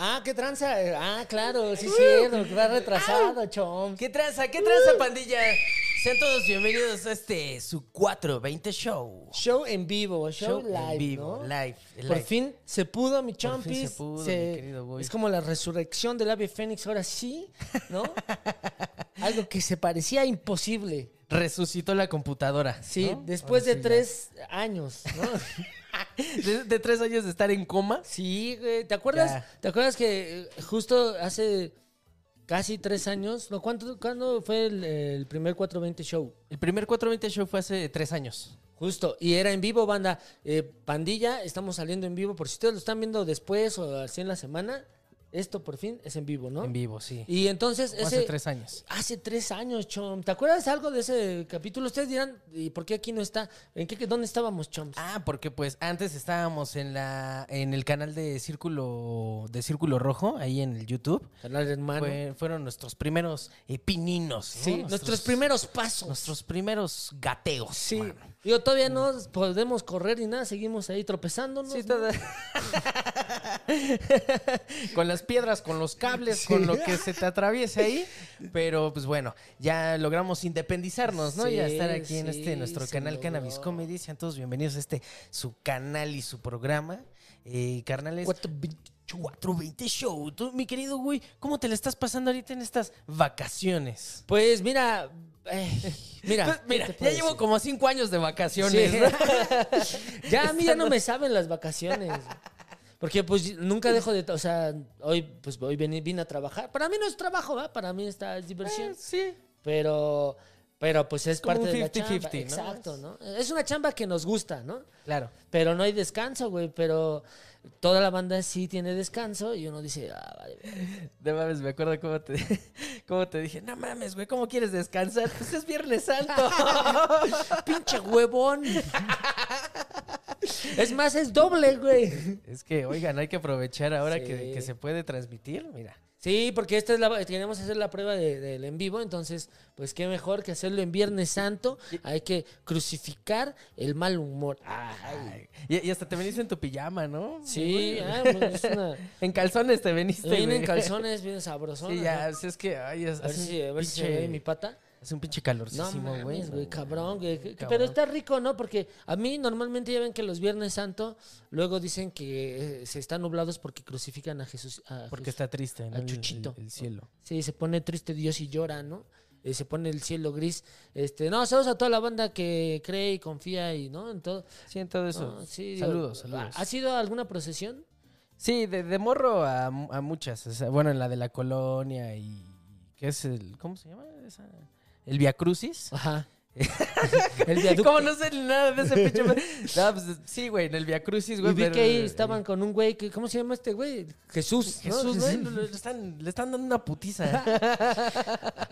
Ah, ¿qué tranza? Ah, claro, sí, cierto, que va retrasado, chom. ¿Qué tranza? ¿Qué tranza, pandilla? Sean todos bienvenidos a este su 420 show. Show en vivo, show, en live, vivo, ¿no? live, Por live. fin se pudo, mi Por fin champis. se pudo, mi querido boy. Es como la resurrección del ave fénix, ahora sí, ¿no? Algo que se parecía imposible. Resucitó la computadora. Sí, ¿no? después Ahora de sí, tres años, ¿no? ya. De, de tres años de estar en coma. Sí, güey. ¿Te acuerdas? Ya. ¿Te acuerdas que eh, justo hace casi tres años? No, ¿cuánto, ¿Cuándo fue el, el primer 420 show? El primer 420 show fue hace tres años. Justo, y era en vivo, banda. Eh, pandilla, estamos saliendo en vivo. Por si ustedes lo están viendo después o así en la semana, esto por fin es en vivo, ¿no? En vivo, sí. Y entonces Fue hace ese- tres años. Hace tres años, Chom. ¿Te acuerdas algo de ese capítulo? Ustedes dirán, ¿y por qué aquí no está? ¿En qué, dónde estábamos, Chom? Ah, porque pues antes estábamos en la en el canal de Círculo de Círculo Rojo ahí en el YouTube. Canal hermano. Fue- fueron nuestros primeros eh, pininos, pues, ¿no? sí, nuestros, primeros pasos. nuestros primeros gateos. Sí. mano. Yo todavía no podemos correr ni nada, seguimos ahí tropezándonos. Sí, ¿no? toda- con las piedras, con los cables, con lo que se te atraviese ahí. Pero pues bueno, ya logramos independizarnos, ¿no? ya Sí, estar aquí en sí, este nuestro se canal logró. Cannabis Comedy. Sean todos bienvenidos a este su canal y su programa. Eh, carnales. Cuatro veinte- 420 Show. Tú, mi querido güey, ¿cómo te la estás pasando ahorita en estas vacaciones? Pues mira, eh, mira, Pues, mira, ¿qué te ya puedo llevo decir? como cinco años de vacaciones. Sí. ¿no? ya a mí ya no me saben las vacaciones. Porque pues nunca dejo de, o sea, hoy pues hoy vine, vine a trabajar. Para mí no es trabajo, ¿va? Para mí esta es diversión. Sí. Pero pero pues es como parte un de la chamba. 50-50, ¿no? Exacto, ¿no? Es una chamba que nos gusta, ¿no? Claro. Pero no hay descanso, güey, pero toda la banda sí tiene descanso y uno dice, ah, vale, No mames, me acuerdo cómo te, cómo te dije, no mames, güey, ¿cómo quieres descansar? Pues es Viernes Santo. pinche huevón. es más, es doble, güey. es que, oigan, hay que aprovechar ahora Sí. que, que se puede transmitir, mira. Sí, porque esta es la tenemos que hacer la prueba de- del en vivo, entonces, pues qué mejor que hacerlo en Viernes Santo. Hay que crucificar el mal humor. Ay. Ay, Y, y hasta te veniste en tu pijama, ¿no? Sí, Muy bueno. ah, pues, es una- en calzones te veniste. viene en güey. calzones, bien sabrosón. Sí, ajá. ya, si es que, ay, es, A ver hace un si, a ver si se pinche- ve mi pata. hace un pinche No calorcísimo, mames, güey. güey, no mames. cabrón, güey. Que- que- cabrón. Pero está rico, ¿no? Porque a mí normalmente ya ven que los Viernes Santo luego dicen que eh, se están nublados porque crucifican a Jesús. a Porque Jesús. está triste, ¿no? A El- el- Chuchito. el cielo. Sí, se pone triste Dios y llora, ¿no? Eh, se pone el cielo gris. Este, no, saludos a toda la banda que cree y confía y, ¿no? En todo. Sí, en todo eso. No, Ah, sí, digo, ah, saludos, saludos. ¿Ha sido alguna procesión? Sí, de, de morro a, a muchas. o sea, bueno, en la de la colonia y. ¿Qué es el. ¿Cómo se llama? Esa? El Via Crucis. Ajá. el viaducto. Ah, ¿Cómo no sé nada de ese pinche? no, pues, sí, güey, en el Via Crucis, güey. Y vi pero- eh, que ahí estaban con un güey, que, ¿cómo se llama este güey? Jesús. ¿no? Jesús, güey, le, le están, le están dando una putiza. ¿eh?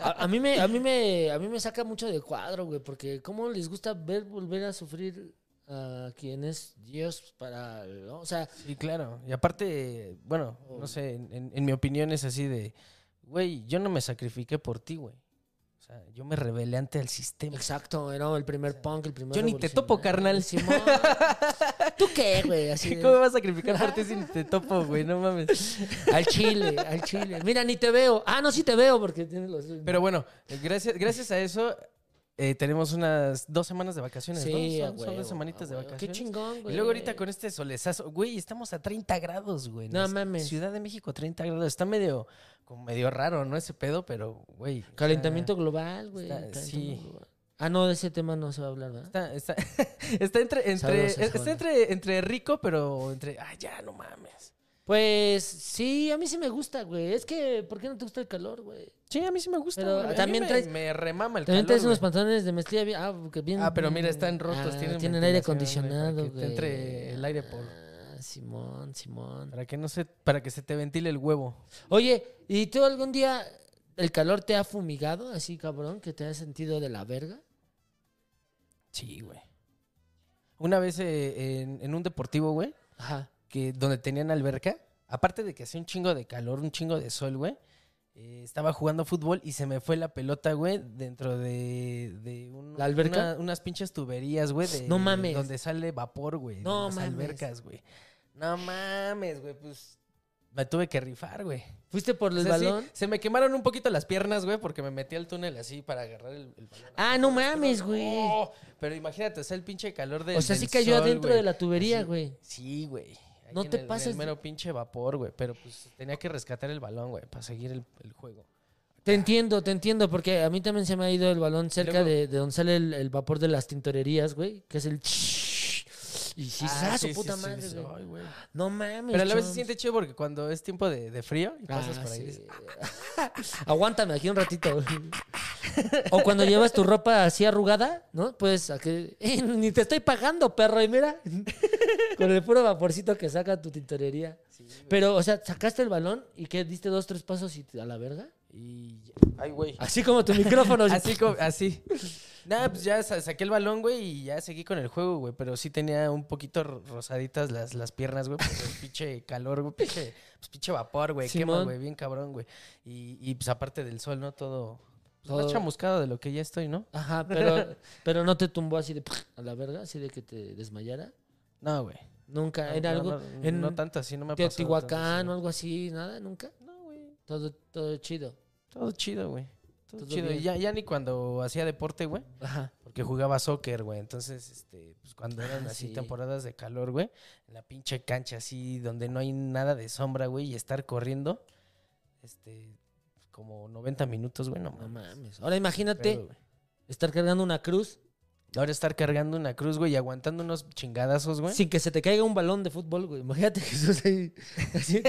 A, a mí me, a, mí me, a mí me saca mucho de cuadro, güey, porque ¿cómo les gusta ver volver a sufrir a quien es Dios para... ¿no? O sea, Sí, claro. Y aparte, bueno, no sé, en, en- en mi opinión es así de. Güey, yo no me sacrifiqué por ti, güey. O sea, yo me rebelé ante el sistema. exacto, era el primer punk, el primer... Yo ni te topo, carnal. revolucionario. Simón. ¿Tú qué, güey? Así de- ¿Cómo me vas a sacrificar por ti si ni te topo, güey? No mames. Al chile, al chile. Mira, ni te veo. Ah, no, sí te veo porque tienes los... Pero bueno, eh, gracias, gracias a eso eh, tenemos unas dos semanas de vacaciones, ¿no? Sí, Son- a Son, huevo, dos semanitas a de huevo. Qué vacaciones. chingón, güey. Y luego ahorita con este solezazo, güey, estamos a 30 grados, güey. en No la mames. Ciudad de México, 30 grados. Está medio, como medio raro, ¿no? Ese pedo, pero, güey. está- Calentamiento global, güey. Ah, está- calentamiento sí. global. Ah, no, de ese tema no se va a hablar, ¿verdad? Está, está, está entre, entre, Saludos, está Escuela. entre, entre rico, pero entre. Ay, ya, no mames. Pues sí, a mí sí me gusta, güey. Es que, ¿por qué no te gusta el calor, güey? Sí, a mí sí me gusta. Pero güey. A mí también me- traes- Me, remama el También calor, traes unos güey. pantalones de mezclilla bien. Ah, porque bien. Ah, pero mira, están rotos. Ah, tienen aire ventilación, güey, para acondicionado, que te güey. entre el aire por- Ah, Simón, Simón. Para que no se, para que se te ventile el huevo. Oye, ¿y tú algún día el calor te ha fumigado así, cabrón, que te has sentido de la verga? Sí, güey. Una vez eh, en, en un deportivo, güey, Ajá. que donde tenían alberca, aparte de que hacía un chingo de calor, un chingo de sol, güey, eh, estaba jugando fútbol y se me fue la pelota, güey, dentro de, de un- ¿La alberca? una- unas pinches tuberías, güey, de- No mames. donde sale vapor, güey, No no las mames. albercas, güey. No mames, güey, pues Me tuve que rifar, güey. ¿Fuiste por el O sea, sí, balón? se me quemaron un poquito las piernas, güey, porque me metí al túnel así para agarrar el, el balón. Ah, no mames, güey. Oh, pero imagínate, o sea, el pinche calor del o sea, sí del cayó sol, adentro güey. de la tubería, Así. güey. Sí, güey. Ahí No en te el- en el pases de- mero pinche vapor, güey. Pero pues tenía que rescatar el balón, güey, para seguir el, el juego. Te entiendo, te entiendo, porque a mí también se me ha ido el balón cerca luego- de, de donde sale el, el vapor de las tintorerías, güey, que es el... Y sí, Ah, ah, su sí, puta sí, sí, madre, sí. güey. Ay, güey. No mames. Pero a la vez se chon. siente chido porque cuando es tiempo de, de frío y Ah, pasas por ahí. sí. dices, Aguántame aquí un ratito. güey. O cuando llevas tu ropa así arrugada, ¿no? Pues aquí, "Eh, ni te estoy pagando, perro, y mira, con el puro vaporcito que saca tu tintorería. Pero, o sea, sacaste el balón y que diste dos, tres pasos y te- a la verga. Y... ya. Ay, güey. Así como tu micrófono. Así, como, así. Nada, pues ya sa- saqué el balón, güey, y ya seguí con el juego, güey. Pero sí tenía un poquito ro- rosaditas las, las piernas, güey, por el pinche calor, güey, pinche, pues, pinche vapor, güey. Quema, Simón. güey, bien cabrón, güey. Y, y pues aparte del sol, ¿no? Todo, pues, Todo. más chamuscado de lo que ya estoy, ¿no? Ajá, pero, pero no te tumbó así de a la verga, así de que te desmayara. No, güey. Nunca, No, era no, algo no, en no tanto así, no me ha pasado. Teotihuacán o tanto algo así, nada, nunca. así. No, güey. Todo, todo chido. Todo chido, güey. Todo, Todo chido. Y bien. ya, ya ni cuando hacía deporte, güey. Ajá. Porque jugaba soccer, güey. Entonces, este, pues cuando eran Ah, así sí. temporadas de calor, güey, en la pinche cancha así donde no hay nada de sombra, güey, y estar corriendo, este, como 90 minutos, güey, no No mames. mames. Ahora imagínate Pero, güey. estar cargando una cruz Ahora estar cargando una cruz, güey, y aguantando unos chingadazos, güey. sin que se te caiga un balón de fútbol, güey. Imagínate Jesús ahí. así.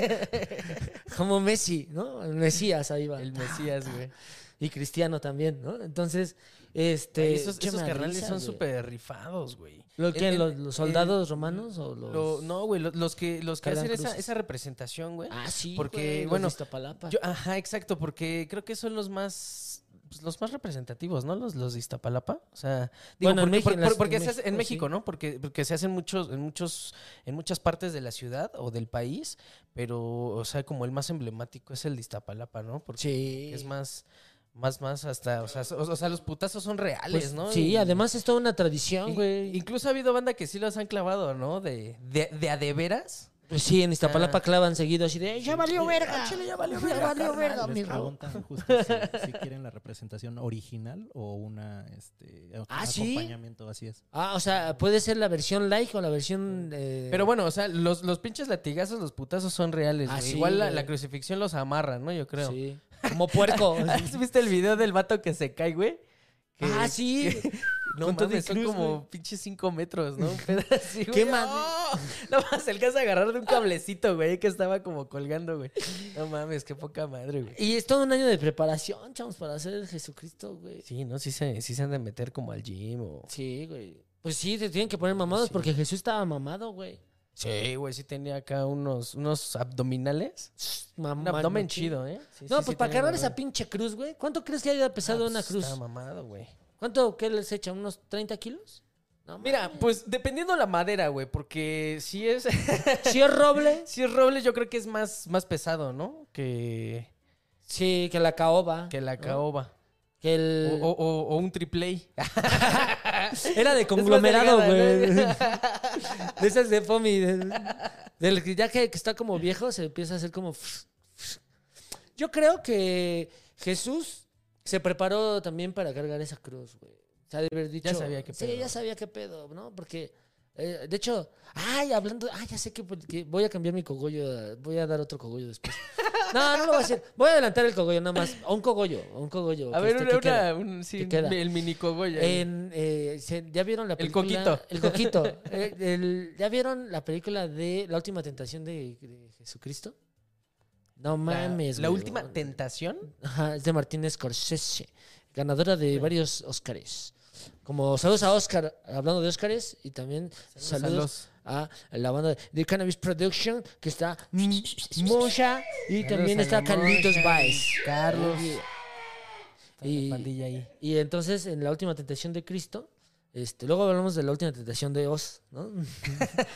Como Messi, ¿no? El Mesías ahí va. El Mesías, güey. Y Cristiano también, ¿no? Entonces, este. Güey, esos che esos madriza, carnales son güey. súper rifados, güey. ¿Lo, El- quién, el- los, los soldados romanos o los.? Lo- no, güey, lo- los, que, los que Cargan hacen esa, cruces. esa representación, güey. Ah, sí. Porque, güey, los de bueno, Iztapalapa. Yo- ajá, exacto, porque creo que son los más pues, los más representativos, ¿no? Los, los de Iztapalapa. O sea, digo, Bueno, en porque, México- por- en las- por- porque en se hace- en México, México, sí. ¿no? Porque, porque se hacen muchos, en muchos, en muchas partes de la ciudad o del país, pero, o sea, como el más emblemático es el de Iztapalapa, ¿no? Porque sí. es más, más, más hasta, o sea, so- o, sea, los putazos son reales, Pues, ¿no? Sí, Y- además es toda una tradición, y- güey. Incluso ha habido banda que sí los han clavado, ¿no? De, de, de a de veras. Pues sí, en Iztapalapa Ah. clavan seguido así de. ¡Ya valió Sí. verga! Ah, chile, ya valió verga, valió carnal. verga, Ah, Les mi Raúl. preguntan justo si, si quieren la representación original o una este o Ah, un ¿sí? acompañamiento así es. Ah, o sea, puede ser la versión like o la versión. eh, Pero bueno, o sea, los, los pinches latigazos, los putazos son reales. Ah, güey. sí, Igual la, güey. la crucifixión los amarra, ¿no? Yo creo. Sí. Como puerco. ¿Has visto el video del vato que se cae, güey? Que- ah, sí. No Con Tony mames, son Cruz, como güey. pinches 5 metros, ¿no? Un pedo así, güey. Qué mame- ¡Oh! No mames, se alcanza a agarrar de un cablecito, güey, que estaba como colgando, güey. No mames, qué poca madre, güey. Y es todo un año de preparación, chavos, para hacer el Jesucristo, güey. Sí, ¿no? Sí se, sí se han de meter como al gym o... Sí, güey. Pues sí, te tienen que poner mamados Sí. porque Jesús estaba mamado, güey. Sí, güey, sí tenía acá unos, unos abdominales. Mam- Un abdomen machín. chido, ¿eh? Sí, No, pues sí, sí para tenía cargar un esa abdomen. pinche cruz, güey. ¿Cuánto crees que haya pesado Ah, una pues, cruz? Estaba mamado, güey. ¿Cuánto qué les echa? ¿Unos 30 kilos? No, Mira, pues dependiendo la madera, güey, porque si es, mames. si es roble, si es roble, yo creo que es más, más pesado, ¿no? Que, sí, que la caoba. que la ¿no? caoba. Que O, el... o- o- o un triplay. Ah, Era de conglomerado, güey. De esas de Fomi. de- del que ya que, que está como viejo, se empieza a hacer como. Yo creo que Jesús se preparó también para cargar esa cruz, güey. O sea, de haber dicho. Ya sabía qué pedo. Sí, ya sabía qué pedo, ¿no? Porque. eh, de hecho, ay, hablando, ay, ya sé que, que voy a cambiar mi cogollo, voy a dar otro cogollo después. No, no lo voy a hacer. Voy a adelantar el cogollo nada más, a un cogollo, a un cogollo. A que ver, esté- este una, que quede. una- un- sí, ¿Qué queda? el mini cogollo. ahí. En, eh, se- ¿Ya vieron la El película? coquito. El coquito. Eh, el- ¿Ya vieron la película de La última tentación de, de Jesucristo? No La- mames, La güey. última tentación. Ajá, es de Martínez Scorsese, ganadora de varios Óscares. Como saludos a Óscar, hablando de Óscares, y también saludos, Saludos. a la banda de, de Cannabis Production, que está Mosha, y también Saludos a está la Carlitos Mosha, Baez. Carlos. Y- Y... Pandilla ahí. Y entonces en la última tentación de Cristo, este, luego hablamos de la última tentación de Oz, ¿no?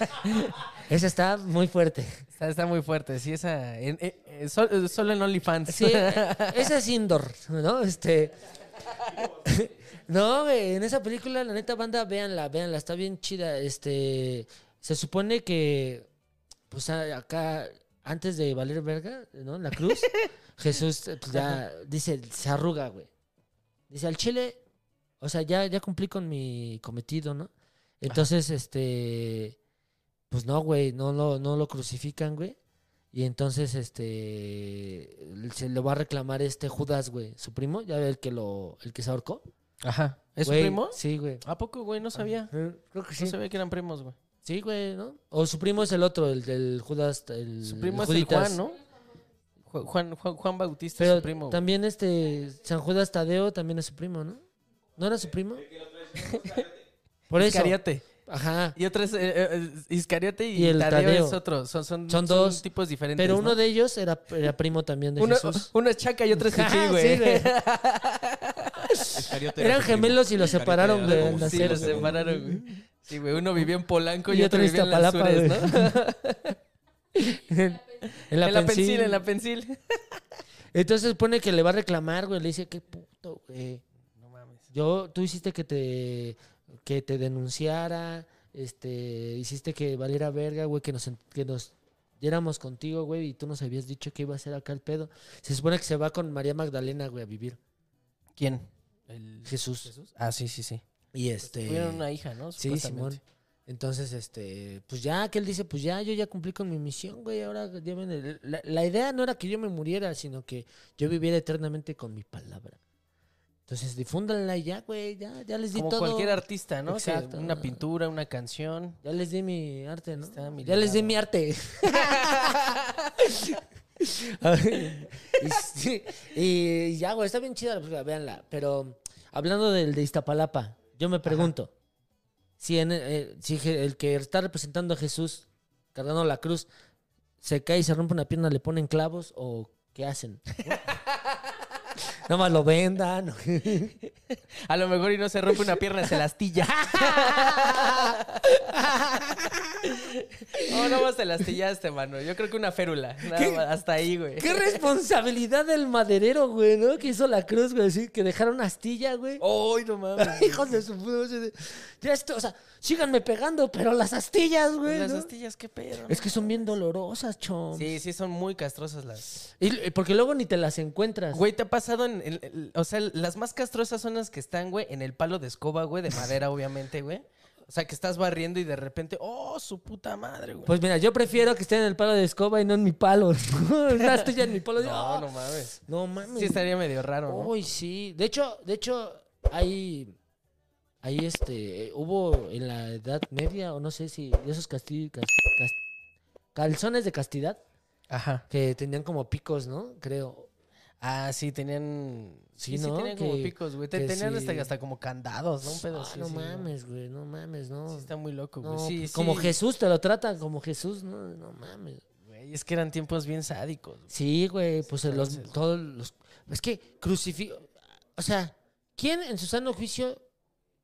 Esa está muy fuerte. Está, está muy fuerte, sí, esa. en- eh, eh, sol- eh, solo en OnlyFans. Sí, esa es indoor, ¿no? Este. No, güey, en esa película, la neta banda, véanla, véanla, está bien chida. Este. Se supone que. Pues a- acá. antes de valer verga, ¿no? En la cruz, Jesús eh, pues, ya dice, se arruga, güey. Dice, al chile, o sea, ya, ya cumplí con mi cometido, ¿no? Entonces, este, pues no, güey, no lo, no lo crucifican, güey. Y entonces, este, se lo va a reclamar este Judas, güey, su primo, ya ve el que lo, el que se ahorcó. Ajá. ¿Es su Güey, primo? Sí, güey. ¿A poco, güey? No sabía. Eh, Creo que sí. Eh, No sabía que eran primos, güey. Sí, güey, ¿no? O su primo es el otro, el del Judas, el Su primo Juditas. es el Juan, ¿no? Ju- Juan, Juan, Juan Bautista es Pero su primo. güey. también este San Judas Tadeo también es su primo, ¿no? ¿No era su primo? Por eso. Iscariote. Ajá. Y otro es eh, eh, Iscariote y, Y el Tadeo, Tadeo. es otro. Son, son, Son dos, tipos diferentes. Pero uno ¿no? de ellos era, era primo también de uno, Jesús. uno es Chaca y otro es Ajá, Chichi, sí, güey. güey. Iscariote Eran era su primo. gemelos y los Iscariote separaron, era güey, como en la su Sí, serie. primo, los Nacer. según. separaron, güey. Sí, güey, uno vivía en Polanco y, Y otro, otro en vivía en las Iztapalapa, Sures, ¿no? En en la pensil. pensil, en la pensil. Entonces pone que le va a reclamar, güey. Le dice, qué puto, güey. No mames. Yo, tú hiciste que te, que te denunciara, este, hiciste que valiera verga, güey, que nos, en- que nos diéramos contigo, güey, y tú nos habías dicho que iba a ser acá el pedo. Se supone que se va con María Magdalena, güey, a vivir. ¿Quién? El... Jesús. Ah, sí, sí, sí. Y este. Tuvieron una hija, ¿no? Sí, Supuestamente. Simón. Entonces, este, pues ya que él dice, pues ya, yo ya cumplí con mi misión, güey, ahora llévenme el- la, la idea no era que yo me muriera, sino que yo viviera eternamente con mi palabra. Entonces, difúndanla y ya, güey, ya, ya les di Como todo. cualquier artista, ¿no? Que Exacto. una pintura, una canción. Ya les di mi arte, ¿no? Está mi ya les di legado. mi arte. A ver, y, sí, este, y ya, güey, está bien chida la película, véanla. Pero hablando del de Iztapalapa, yo me pregunto si, en, eh, si je- el que está representando a Jesús cargando la cruz se cae y se rompe una pierna, le ponen clavos o qué hacen. Nada más lo vendan. o- A lo mejor y no se rompe una pierna, se lastilla. No, Oh, no más te lastillaste, mano. Yo creo que una férula. Nada ¿Qué? más, hasta ahí, güey. Qué responsabilidad del maderero, güey, ¿no? Que hizo la cruz, güey, así que dejaron astilla, güey. ¡Ay, no mames! Hijos de su puta madre. Ya esto, o sea, síganme pegando, pero las astillas, güey. Pues Las ¿no? astillas, qué pedo. Es que son bien dolorosas, chom. Sí, sí, son muy castrosas las. Y- y porque luego ni te las encuentras. Güey, ¿te ha pasado en. en- en- o sea, las más castrosas son las que están, güey, en el palo de escoba, güey, de madera, obviamente, güey. O sea, que estás barriendo y de repente. ¡Oh, su puta madre, güey! Pues mira, yo prefiero que estén en el palo de escoba y no en mi palo. Una astilla en mi palo. "Ah". no, no mames. No mames. Sí, estaría medio raro, ¿no? Uy, sí. De hecho, de hecho, hay. Hay este. eh, Hubo en la Edad Media, o no sé si. De esos casti- cas- cas- calzones de castidad Ajá. que tenían como picos, ¿no? Creo. Ah, sí, tenían. Sí, Sí, sí, ¿no? tenían como Que- picos, güey. Te- que Tenían sí. hasta, hasta como candados, ¿no? Un pedo Ah, así, no sí, mames, güey, no mames, no. Sí, está muy loco, güey. No, sí, pues, sí. Como Jesús te lo tratan, como Jesús, no, no mames. Güey, es que eran tiempos bien sádicos. güey. Sí, güey, pues en los, Entonces- todos los... Es que crucifijo... O sea, ¿quién en su sano juicio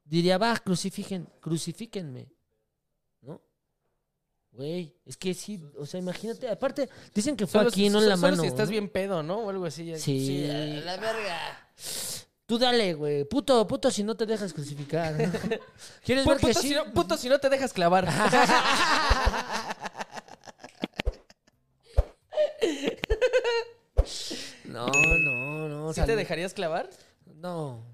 diría, va, crucifiquen, crucifíquenme? ¿No? Güey, es que sí, o sea, imagínate, aparte, dicen que fue Solo- aquí, no en so- la solo mano. si estás ¿no? bien pedo, ¿no? O algo así. ya- Sí. a la verga. Tú dale, güey, puto, puto si no te dejas crucificar. ¿no? ¿Quieres ver Pu- que Puto, sí? si no, puto si no te dejas clavar. No, no, no. ¿Sí salud. te dejarías clavar? No,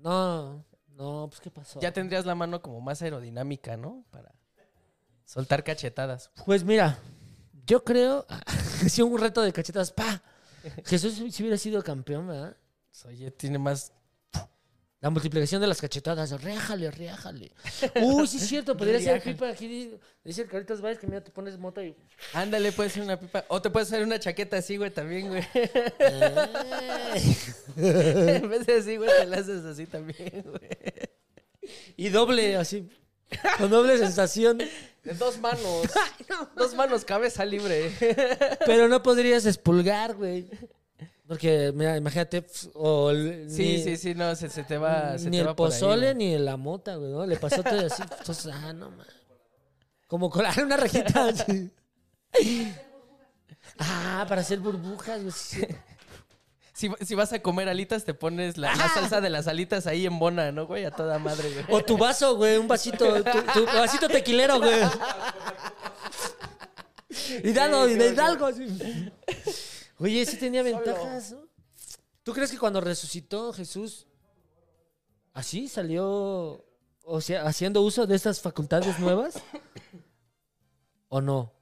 no, no, pues qué pasó. Ya tendrías la mano como más aerodinámica, ¿no? Para soltar cachetadas. Pues mira, yo creo que si un reto de cachetas, pa. Jesús si hubiera sido campeón, ¿verdad? Pues, Oye, tiene más. La multiplicación de las cachetadas, réjale, réjale. Uy, sí es cierto, podría ser pipa aquí. Dice el Caritas Valles que mira, te pones mota y. Ándale, puede ser una pipa. O te puedes hacer una chaqueta así, güey, también, güey. Eh, en vez de así, güey, te la haces así también, güey. y doble, así. Con doble sensación. De dos manos. Dos manos, cabeza libre. Pero no podrías expulgar, güey. Porque, mira, imagínate. pf, O el- Sí, ni- sí, sí, no, se, se te va. Se ni te el va por ahí, pozole güey. ni la mota, güey, ¿no? Le pasó todo así. entonces, ah, no mames. Como colar una rejita así. Ah, para hacer burbujas, güey. sí, sí. Si, si vas a comer alitas, te pones la, Ah. la salsa de las alitas ahí en bona, ¿no, güey? A toda madre, güey. O tu vaso, güey, un vasito, tu, tu vasito tequilero, güey. Hidalgo, Sí, de creo que- Hidalgo. así. Oye, sí tenía ventajas, ¿no? ¿Tú crees que cuando resucitó Jesús, así salió, o sea, haciendo uso de estas facultades nuevas? ¿O no?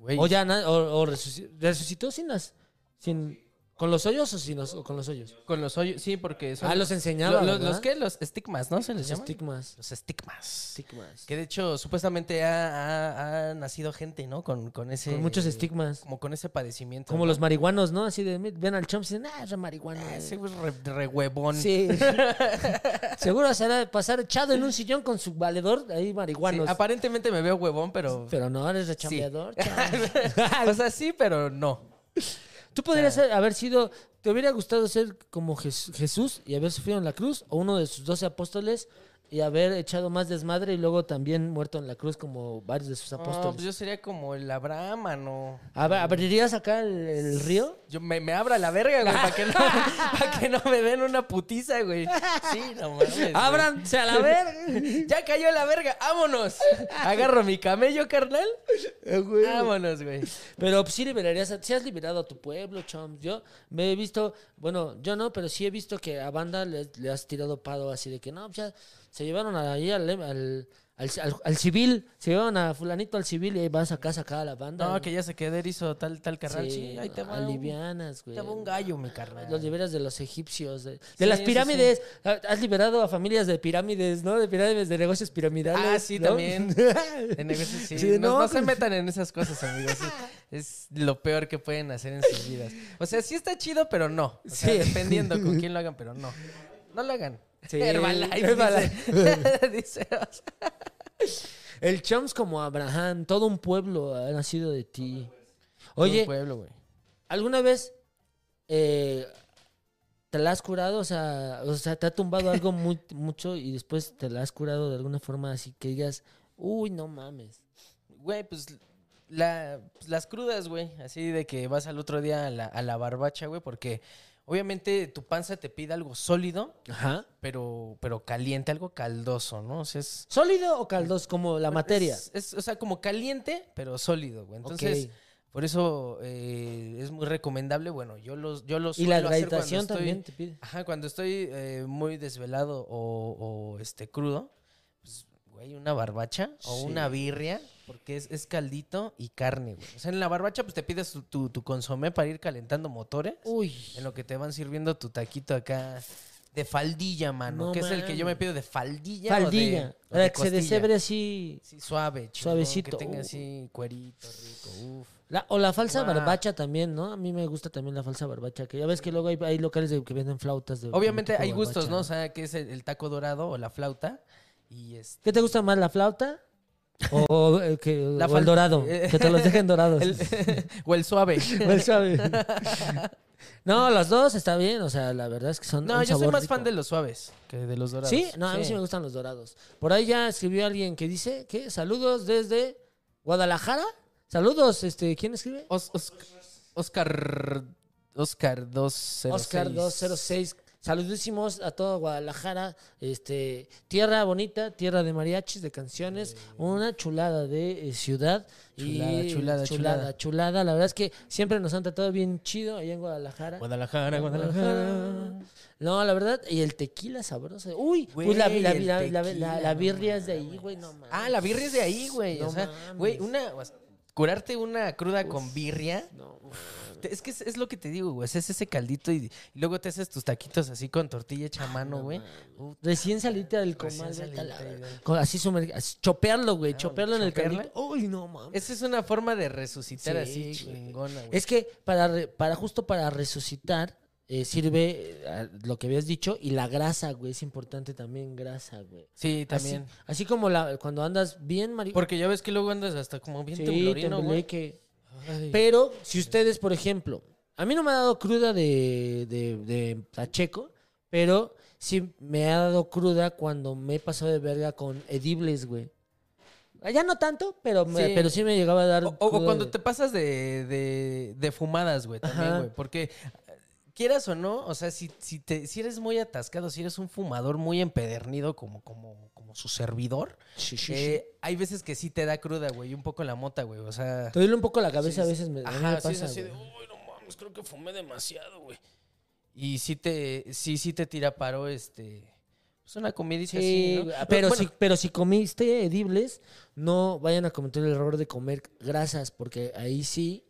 Güey, ¿O ya na- o, o resuci- resucitó sin las, sin, con los hoyos o, sin los, o con los hoyos? con los hoyos, sí, porque son... Ah, los enseñaba, lo- lo- ¿verdad? ¿Los qué? Los estigmas, ¿no? ¿Se les Los llama? estigmas. Los estigmas. Estigmas. Que de hecho, supuestamente ha, ha- ha nacido gente, ¿no? Con, con ese. Con muchos estigmas. Como con ese padecimiento. Como ¿no? los marihuanos, ¿no? Así de, ven al chomp y dicen, ah, es marihuana. Ese güey re, re huevón. Sí. Seguro se hará de pasar echado en un sillón con su valedor ahí Sí, marihuanos. aparentemente me veo huevón, pero. pero no, eres de Sí. chambeador. o sea, sí, pero no. Tú podrías haber sido, ¿te hubiera gustado ser como Jes- Jesús y haber sufrido en la cruz o uno de sus doce apóstoles y haber echado más desmadre y luego también muerto en la cruz como varios de sus No, pues apóstoles? yo sería como el Abraham, mano. A ver, ¿Abrirías acá el, el río? Yo me, me abra la verga, güey, para que, no, pa' que no me den una putiza, güey. Sí, no mames. güey. ¡Ábranse a la verga! Ya cayó la verga, vámonos. Agarro mi camello, carnal. Eh, Vámonos, güey. Pero pues, sí liberarías, a- sí has liberado a tu pueblo, chom. Yo me he visto, bueno, yo no, pero sí he visto que a banda le, le has tirado pado así de que no, pues, ya se llevaron ahí al, al, al, al- al civil, se llevaron a fulanito al civil y ahí vas acá a sacar a la banda. No, que ya se quedó erizo tal, tal carnal. Sí, ahí te va. un- alivianas, güey. Te va un gallo, mi Los carnal. liberas de los egipcios, de, de Sí, las eso pirámides. Ah, Has liberado a familias de pirámides, ¿no? De pirámides, de negocios piramidales. Ah, sí, ¿no? también. En negocios, sí. Sí, no, no, no se pues- metan en esas cosas, amigos. Es, es lo peor que pueden hacer en sus vidas. O sea, sí está chido, pero no. O sea, Sí. dependiendo con quién lo hagan, pero no. No lo hagan. Sí, Herbalife, Herbalife. dice. Dice, o sea, El Chams como Abraham, todo un pueblo ha nacido de ti. un Oye, pueblo, güey. ¿alguna vez eh, te la has curado? O sea, o sea, te ha tumbado algo muy, mucho y después te la has curado de alguna forma así que digas, uy, no mames. Güey, pues la- pues, las crudas, güey. Así de que vas al otro día a la, a la barbacha, güey, porque obviamente tu panza te pide algo sólido, Ajá. pero, pero caliente, algo caldoso, ¿no? O sea, es. ¿Sólido o caldoso? Como Pues, la materia. Es, es, o sea, como caliente, pero sólido, güey. Entonces, Ok. por eso eh, es muy recomendable. Bueno, yo los, yo los Y la suelo hacer cuando hidratación estoy- también te pide. Ajá, cuando estoy eh, muy desvelado o, o, este crudo, pues, güey, una barbacha o Sí. una birria, porque es, es caldito y carne, güey. O sea, en la barbacha, pues te pides tu, tu, tu consomé para ir calentando motores, Uy. en lo que te van sirviendo tu taquito acá de faldilla, mano, No que es el que yo me mames. pido de faldilla. o de- o Faldilla. de Para que se costilla. deshebre así. Sí, suave, chingón, Suavecito, Que uh. tenga así cuerito rico, uf. La- o la falsa Ah. barbacha también, ¿no? A mí me gusta también la falsa barbacha. Que ya ves que luego hay, hay locales de- que venden flautas. De, Obviamente tipo hay gustos, barbacha, ¿no? O sea, que es el, el taco dorado o la flauta. Y este. ¿Qué te gusta más, la flauta? O, eh, que- La o fal- el dorado. eh. Que te los dejen dorados. El- o el suave. O el suave. No, los dos está bien. O sea, la verdad es que son. No, un yo soy sabor más rico. fan de los suaves que de los dorados. Sí, no, a mí sí me gustan los dorados. Por ahí ya escribió alguien que dice que saludos desde Guadalajara. Saludos, este, ¿quién escribe? Os- Os- Oscar. Oscar 206. Oscar 206. Saludísimos a toda Guadalajara, este, tierra bonita, tierra de mariachis, de canciones, una chulada de eh, ciudad. Eh. Chulada, y chulada, chulada, chulada. chulada. La verdad es que siempre nos han tratado bien chido allá en Guadalajara. Guadalajara, Guadalajara. No, la verdad, y el tequila sabroso. Uy, Güey, pues la, la, el la- la- tequila, la- la no birria es de ahí, güey, no mames. Ah, la birria es de ahí, güey. No o sea, mames. güey, una. o sea, Curarte una cruda con birria. No, te- Es que es, es lo que te digo, güey. Es ese caldito y, y luego te haces tus taquitos así con tortilla hecha a mano, güey. Uh, Recién salita del Recién comal, vete a la salidita, verga. güey. Con- así, sumer- así, chopearlo, güey, Ah, chopearlo en el chopearla. caldito. Uy, no mames. Esa es una forma de resucitar Sí, así güey. chingona, güey. Es que para, re- para justo para resucitar eh, sirve eh, a- lo que habías dicho y la grasa, güey, es importante también grasa, güey. Así- Sí, también. Así, como la, cuando andas bien, marido. Porque ya ves que luego andas hasta como bien temblorino, güey. Pe- Pero si ustedes, por ejemplo, a mí no me ha dado cruda de, de, de Pacheco, pero sí me ha dado cruda cuando me he pasado de verga con edibles, güey. Ah, Ya no tanto, pero, me- Sí. pero sí me llegaba a dar. O, o- o cruda cuando de- te pasas de, de, de fumadas, güey, también, Ajá. güey. Porque eh, quieras o no, o sea, si, si, te, si eres muy atascado, si eres un fumador muy empedernido como, como, como su servidor, Sí, sí, sí. eh, hay veces que sí te da cruda, güey, un poco la mota, güey, o sea... Te duele un poco la cabeza sí, a veces. Me, a mí me Ajá, sí, es pasa, así de, güey. uy, no mames, creo que fumé demasiado, güey. Y sí te, sí, sí te tira paro, este... Pues una comidita Sí, así, ¿no? güey, ah, pero, Bueno, si, pero si comiste edibles, no vayan a cometer el error de comer grasas, porque ahí sí,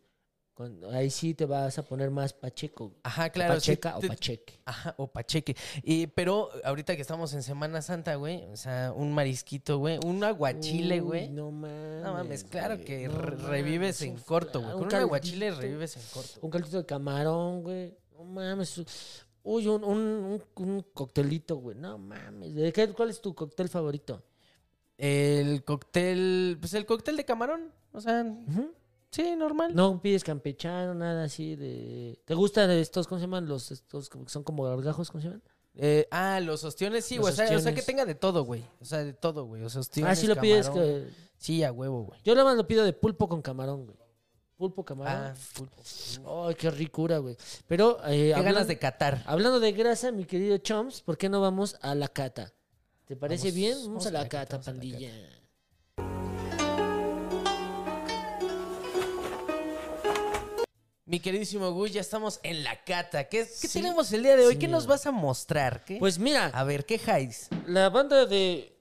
cuando- ahí sí te vas a poner más pacheco. Ajá, claro. sí pacheca te- o pacheque. Ajá, o pacheque. Y, pero ahorita que estamos en Semana Santa, güey, o sea, un marisquito, güey, un aguachile, Uy, güey. No No, mames. mames, claro güey, que no re- mames, revives un en fla- corto, güey. Con un caldito, aguachile revives en corto. Un caldito de camarón, güey. No mames. Uy, un, un, un, un coctelito, güey. No mames. ¿De qué- ¿Cuál es tu cóctel favorito? El cóctel, pues el cóctel de camarón, o sea, Ujú. sí, normal. No pides campechano, nada así de... ¿Te gustan estos, cómo se llaman? Los, estos como que son como gargajos, ¿cómo se llaman? Eh, ah, los ostiones, sí, Los güey. O, sea, o sea, ostiones. que tenga de todo, güey. O sea, de todo, güey. O sea, ostiones, ah, sí lo pides camarón. que... Sí, a huevo, güey. Yo nada más lo pido de pulpo con camarón, güey. Pulpo, Ah, camarón. pulpo. Ay, qué ricura, güey. Pero... eh, Qué hablan- ganas de catar. Hablando de grasa, mi querido Chomps, ¿por qué no vamos a la cata? ¿Te parece Vamos, bien? Vamos, vamos a la cata, cata, vamos a la pandilla. Mi queridísimo Gus, ya estamos en la cata. ¿Qué, qué tenemos el día de hoy? Sí, ¿Qué nos mira. vas a mostrar? ¿Qué? Pues mira, a ver, ¿qué Jais? la banda de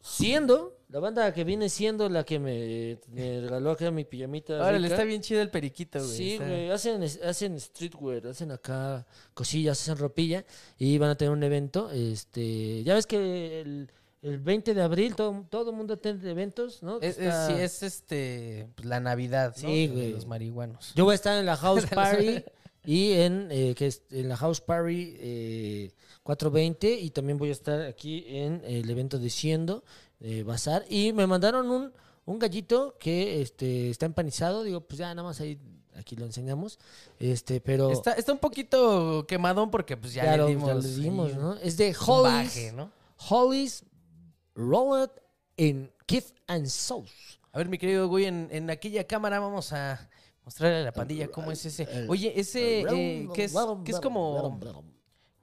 siendo, la banda que viene siendo la que me, me regaló acá mi pijamita. Ahora le rica. está bien chido el periquito, güey. Sí, Está- güey, hacen, hacen streetwear, hacen acá cosillas, hacen ropilla y van a tener un evento. Este, ya ves que el, el 20 de abril todo todo mundo tiene eventos, ¿no? Es, es- Está- sí, es este, pues, la Navidad, ¿no? Sí, De güey. Los marihuanos. Yo voy a estar en la House Party y en, eh, que es- en la House Party eh, 420 y también voy a estar aquí en el evento de Siendo eh, Bazar. Y me mandaron un, un gallito que este, está empanizado. Digo, pues ya nada más ahí, aquí lo enseñamos. Este, pero Está, está un poquito quemadón porque pues ya ya, lo, le ya dimos, lo dimos, ahí ¿no? Es de un Hollies, baje, ¿no? Hollies Rolled in Kif and Sauce. A ver, mi querido Gui, en, en aquella cámara vamos a mostrarle a la pandilla cómo es ese. Oye, ese, eh, ¿qué es, qué es como,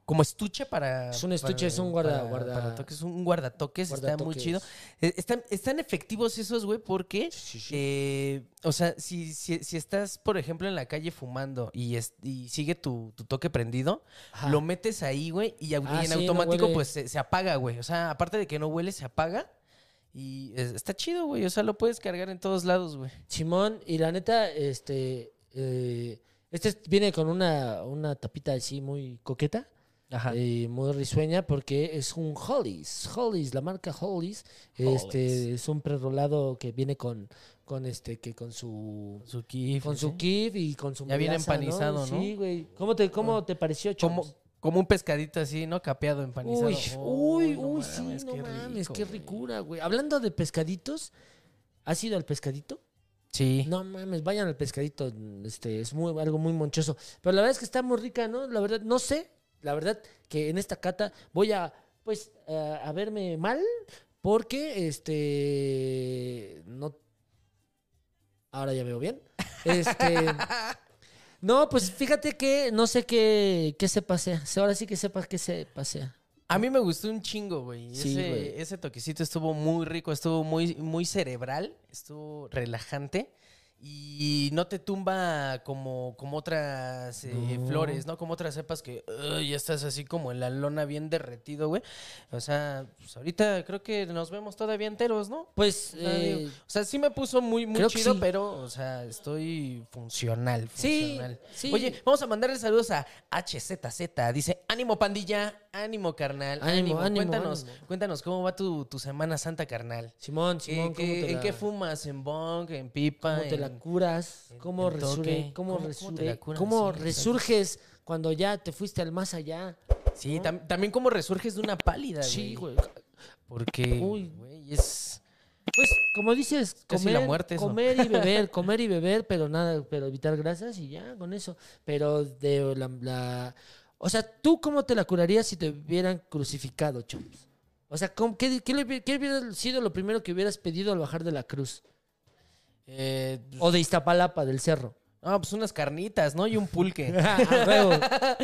como estuche para... Es un estuche, para- es un guarda- para- guarda- para toques, un guardatoques, está muy Guardatoques. chido. Eh, Están, están efectivos esos, güey, porque... Sí, sí. eh, o sea, si, si, si estás, por ejemplo, en la calle fumando y, es- y sigue tu, tu toque prendido, Ajá. lo metes ahí, güey, y, au- Ah, y en sí, no automático, huele. pues, se, se apaga, güey. O sea, aparte de que no huele, se apaga. Y es- está chido, güey. O sea, lo puedes cargar en todos lados, güey. Simón, y la neta, este, eh, este es- viene con una, una tapita así muy coqueta Ajá. y muy risueña porque es un Hollies, Hollies, la marca Hollies, este, es un prerrolado que viene con, con este, que con su, Su kif, con su ¿sí? kif y con su Ya viene melaza, empanizado, ¿no? Sí, güey. ¿Cómo te, cómo te pareció, Como, Choms? como un pescadito así, ¿no? Capeado, empanizado. Uy, uy, no uy, mames, sí, no qué mames, rico, qué güey. ricura, güey. Hablando de pescaditos, ¿has ido al pescadito? Sí. No mames, vayan al pescadito, este, es muy, algo muy monchoso. Pero la verdad es que está muy rica, ¿no? La verdad, no sé, la verdad que en esta cata voy a, pues, a, a verme mal porque, este, no... Ahora ya veo bien. Este... No, pues fíjate que no sé qué, qué se pasea. Ahora sí que sepas qué se pasea. A mí me gustó un chingo, güey. Sí, ese, güey. ese toquecito estuvo muy rico, estuvo muy, muy cerebral, estuvo relajante. Y no te tumba como, como otras eh, No. flores, ¿no? Como otras cepas que "Ugh", ya estás así como en la lona bien derretido, güey. O sea, pues ahorita creo que nos vemos todavía enteros, ¿no? Pues... O sea, Ah, digo, eh, o sea, sí me puso muy, muy creo que chido, sí. pero, o sea, estoy funcional. Sí, funcional. sí. Oye, vamos a mandarle saludos a HZZ. Dice, ánimo, pandilla, ánimo, carnal. Ánimo, Ánimo, ánimo, cuéntanos, ánimo. cuéntanos cómo va tu, tu Semana Santa, carnal. Simón, ¿Qué- Simón, qué- ¿cómo te ¿En la- qué fumas? ¿En bong? ¿En pipa? ¿Cómo te la en- curas? en- ¿Cómo, en resurre- toque? ¿Cómo, ¿Cómo- cómo te la resurre- curas? cómo Sí, resurges cuando ya te fuiste al más allá? Sí, tam- también cómo resurges de una pálida, Sí, güey. Porque, Uy. güey, es... Pues, como dices, Casi comer, la muerte eso. comer y beber, comer y beber, pero nada, pero evitar grasas y ya, con eso. Pero de la, la- O sea, ¿tú cómo te la curarías si te hubieran crucificado, Choms? O sea, ¿cómo- qué, qué le hubi- qué hubiera sido lo primero que hubieras pedido al bajar de la cruz? eh, O de Iztapalapa, del cerro. No, pues unas carnitas, ¿no? Y un pulque. A huevo. a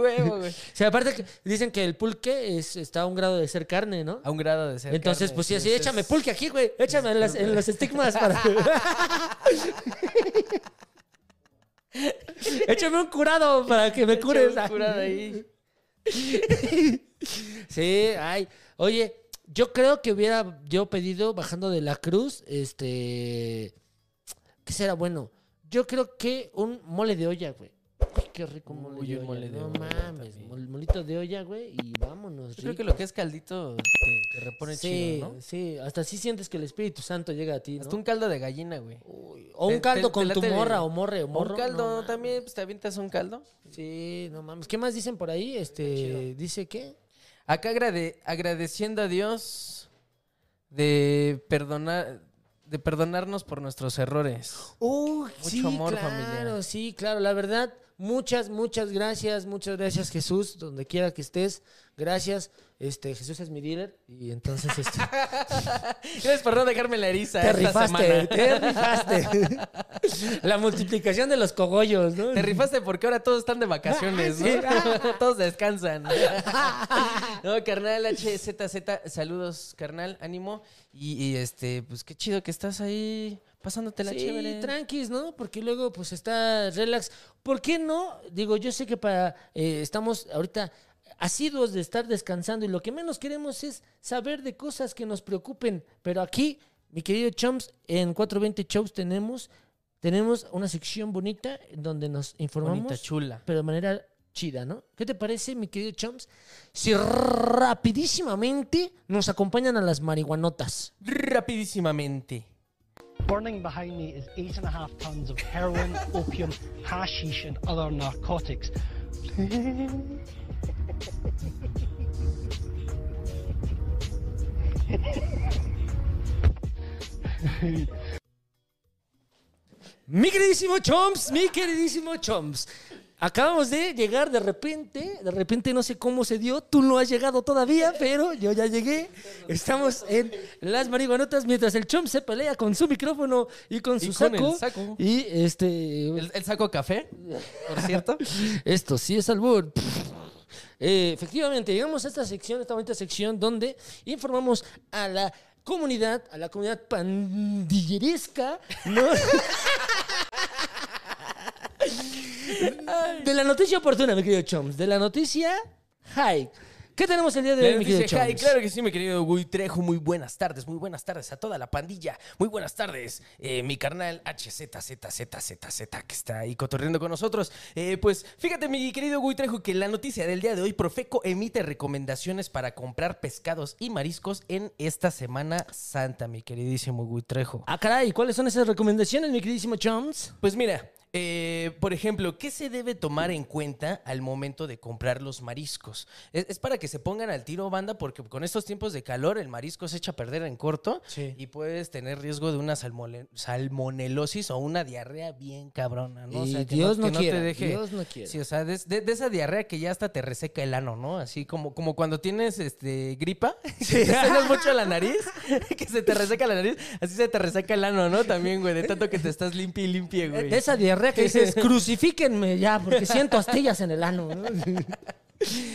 huevo, güey. O sea, aparte que dicen que el pulque es- está a un grado de ser carne, ¿no? A un grado de ser. Entonces, carne, pues sí, así, ese es- échame pulque aquí, güey. Échame en, las- en los estigmas para. échame un curado para que me échame cures. ah. un curado ahí. Sí, ay. Oye, yo creo que hubiera yo pedido bajando de la cruz, este. ¿Qué será bueno? Yo creo que un mole de olla, güey. Ay, Qué rico mole Uy, de un olla. mole de no olla mames, también. mol- molito de olla, güey, y vámonos. Yo creo que rico. lo que es caldito te, te repone sí, chido, ¿no? sí, hasta así sientes que el Espíritu Santo llega a ti, ¿no? Hasta un caldo de gallina, güey. Uy, o un Te- caldo te- con te tu late morra el- o morre o O morro. Un caldo no mames. también, pues te avientas un caldo. Sí, no mames. ¿Qué más dicen por ahí? Este, dice qué? Acá agrade- agradeciendo a Dios de perdonar de perdonarnos por nuestros errores. Uy, Mucho sí, amor claro, familiar. sí, claro. La verdad, muchas, muchas gracias, muchas gracias Jesús, donde quiera que estés, gracias. Este, Jesús es mi dealer y entonces este, Gracias por no dejarme la eriza te esta rifaste, semana. te rifaste. La multiplicación de los cogollos, ¿no? Te rifaste porque ahora todos están de vacaciones, ¿no? todos descansan. no, carnal, HZZ, saludos, carnal, ánimo. Y, y, este, pues qué chido que estás ahí pasándote la sí, chévere. tranquis, ¿no? Porque luego pues está relax. ¿Por qué no? Digo, yo sé que para eh, estamos ahorita asiduos de estar descansando y lo que menos queremos es saber de cosas que nos preocupen. Pero aquí, mi querido Chomps, en 420 Shows tenemos, tenemos una sección bonita donde nos informamos, Bonita, chula. pero de manera chida, ¿no? ¿Qué te parece, mi querido Chomps, si rapidísimamente nos acompañan a las marihuanotas? Rapidísimamente. Burning behind me is eight and a half tons of heroin, opium, hashish, and other narcotics. Mi queridísimo Chomps, mi queridísimo Chomps. Acabamos de llegar de repente, de repente no sé cómo se dio, tú no has llegado todavía, pero yo ya llegué. Estamos en las marihuanotas mientras el Chomps se pelea con su micrófono y con su Y con saco. el saco. Y este El, el saco café, por cierto. esto sí es albur. Eh, efectivamente, llegamos a esta sección, esta bonita sección donde informamos a la comunidad, a la comunidad pandilleresca, ¿no? de la noticia oportuna, mi querido Choms, de la noticia high. ¿Qué tenemos el día de hoy, Nos mi querido dice, "Hi, Choms? claro que sí, mi querido Gui Trejo. Muy buenas tardes, muy buenas tardes a toda la pandilla. Muy buenas tardes, eh, mi carnal HZZZZZ que está ahí cotorreando con nosotros. Eh, pues fíjate, mi querido Gui Trejo, que la noticia del día de hoy, Profeco emite recomendaciones para comprar pescados y mariscos en esta Semana Santa, mi queridísimo Gui Trejo. Ah, caray, ¿cuáles son esas recomendaciones, mi queridísimo Choms? Pues mira, eh, por ejemplo, ¿qué se debe tomar en cuenta al momento de comprar los mariscos? Es, es para que se pongan al tiro, banda, porque con estos tiempos de calor el marisco se echa a perder en corto Sí. y puedes tener riesgo de una salmole- salmonelosis o una diarrea bien cabrona, ¿no? O Y sea, que Dios que no te quiera, deje- Dios no quiera. Sí, o sea, de, de- de esa diarrea que ya hasta te reseca el ano, ¿no? Así como, como cuando tienes este gripa, que te sacas mucho la nariz, que se te reseca la nariz, así se te reseca el ano, ¿no? También, güey, de tanto que te estás limpia y limpia, güey. De esa diarrea que dices, crucifíquenme ya, porque siento astillas en el ano. ¿no?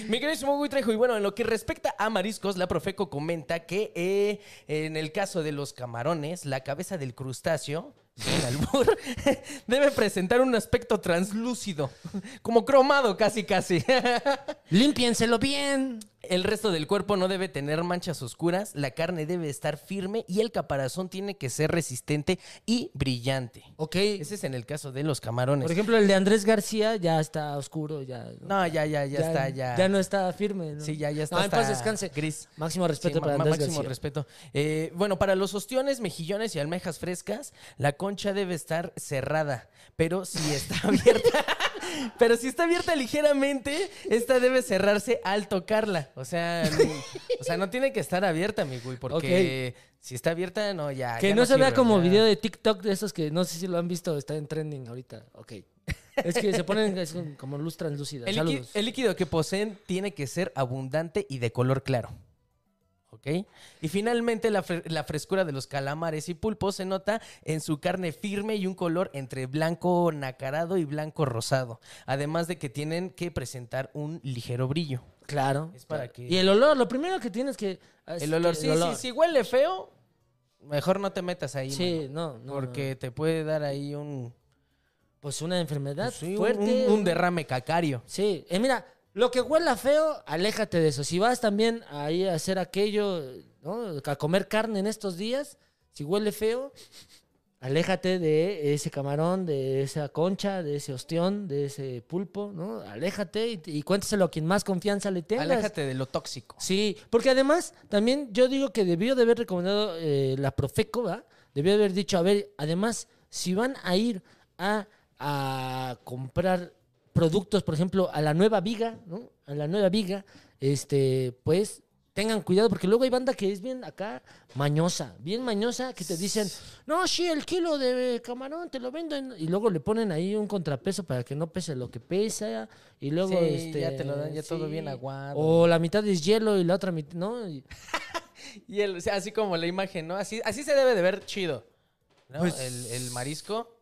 Mi queridísimo Gui Trejo, y bueno, en lo que respecta a mariscos, la Profeco comenta que eh, en el caso de los camarones, la cabeza del crustáceo, sin albur, debe presentar un aspecto translúcido, como cromado casi casi. Límpienselo bien. El resto del cuerpo no debe tener manchas oscuras, la carne debe estar firme y el caparazón tiene que ser resistente y brillante. Ok. Ese es en el caso de los camarones. Por ejemplo, el de Andrés García ya está oscuro, ya. no, ya, ya, ya, está, ya. Ya no está firme. ¿no? Sí, ya, ya está. No, en paz hasta descanse. Gris. Máximo respeto Sí, para ma- ma- Andrés máximo García. respeto. Eh, bueno, para los ostiones, mejillones y almejas frescas, la concha debe estar cerrada, pero si está abierta, pero si está abierta ligeramente, esta debe cerrarse al tocarla. O sea, mi- o sea, no tiene que estar abierta, mi güey, porque si está abierta, no, ya. que Ah, ya no, se vea sirve, como ya. video de TikTok de esos que no sé si lo han visto, está en trending ahorita. Ok. Es que se ponen es como luz translúcida. El, líqui- Saludos. el líquido que poseen tiene que ser abundante y de color claro. ¿Ok? ¿ok? Y finalmente la, fre- la frescura de los calamares y pulpos se nota en su carne firme y un color entre blanco nacarado y blanco rosado. Además de que tienen que presentar un ligero brillo. Claro. Es para que- Y el olor, lo primero que tienes que. ah, es El olor, que- sí, sí, sí, huele feo, mejor no te metas ahí. Sí, mano, no, no, Porque te puede dar ahí un, Pues una enfermedad sí, un- fuerte. un- un derrame cacario. Sí, eh, mira, lo que huela feo, aléjate de eso. Si vas también ahí a hacer aquello, ¿no? A comer carne en estos días, si huele feo, aléjate de ese camarón, de esa concha, de ese ostión, de ese pulpo, ¿no? Aléjate y, y cuéntaselo a quien más confianza le tengas. Aléjate de lo tóxico. Sí, porque además también yo digo que debió de haber recomendado eh, la Profeco, ¿va? Debió de haber dicho, a ver, además, si van a ir a, a comprar productos, por ejemplo, a la nueva viga, ¿no? A la nueva viga, este, pues tengan cuidado, porque luego hay banda que es bien acá mañosa, bien mañosa, que te dicen, no, sí, el kilo de camarón te lo venden, y luego le ponen ahí un contrapeso para que no pese lo que pesa, y luego... Sí, este, ya te lo dan, ya todo bien aguado. O la mitad es hielo y la otra mitad, ¿no? Y- Y el- o sea, así como la imagen, ¿no? Así, así se debe de ver chido. ¿no? Pues- el, el marisco.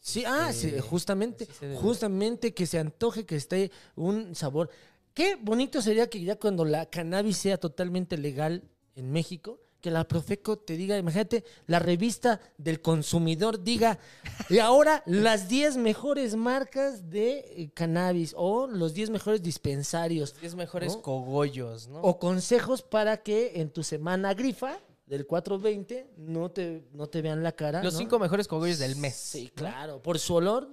Sí, ah, sí, Eh, justamente, así se debe. justamente que se antoje que esté un sabor. Qué bonito sería que ya cuando la cannabis sea totalmente legal en México, que la Profeco te diga, imagínate, la revista del consumidor diga, y ahora las 10 mejores marcas de eh, cannabis o los 10 mejores dispensarios Es mejores ¿No? cogollos, ¿no? o consejos para que en tu semana grifa del 420 no te, no te vean la cara. Los Ah, ¿no? cinco mejores cogollos del mes. Sí, claro. Por su olor,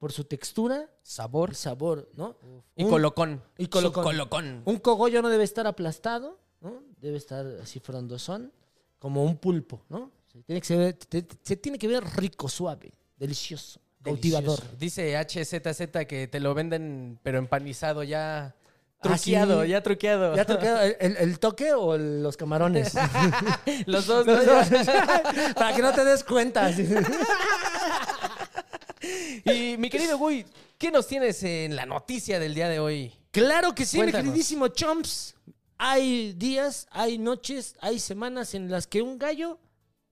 por su textura, Sabor. el sabor, ¿no? Y Un- colocón. y colocón. Su colocón. Un cogollo no debe estar aplastado, ¿no? Debe estar así frondosón, como un pulpo, ¿no? Se tiene que se ver, te- te- se tiene que ver rico, suave, delicioso, cautivador. Delicioso. Dice HZZ que te lo venden, pero empanizado ya. Ah, sí. Truqueado, ya truqueado. ¿Ya te queda el, el- el toque o el- los camarones? Los dos, ¿no? Los dos. Para que no te des cuenta. así. Y mi querido Gui, ¿qué nos tienes en la noticia del día de hoy? Claro que sí, Cuéntanos. mi queridísimo Chomps. Hay días, hay noches, hay semanas en las que un gallo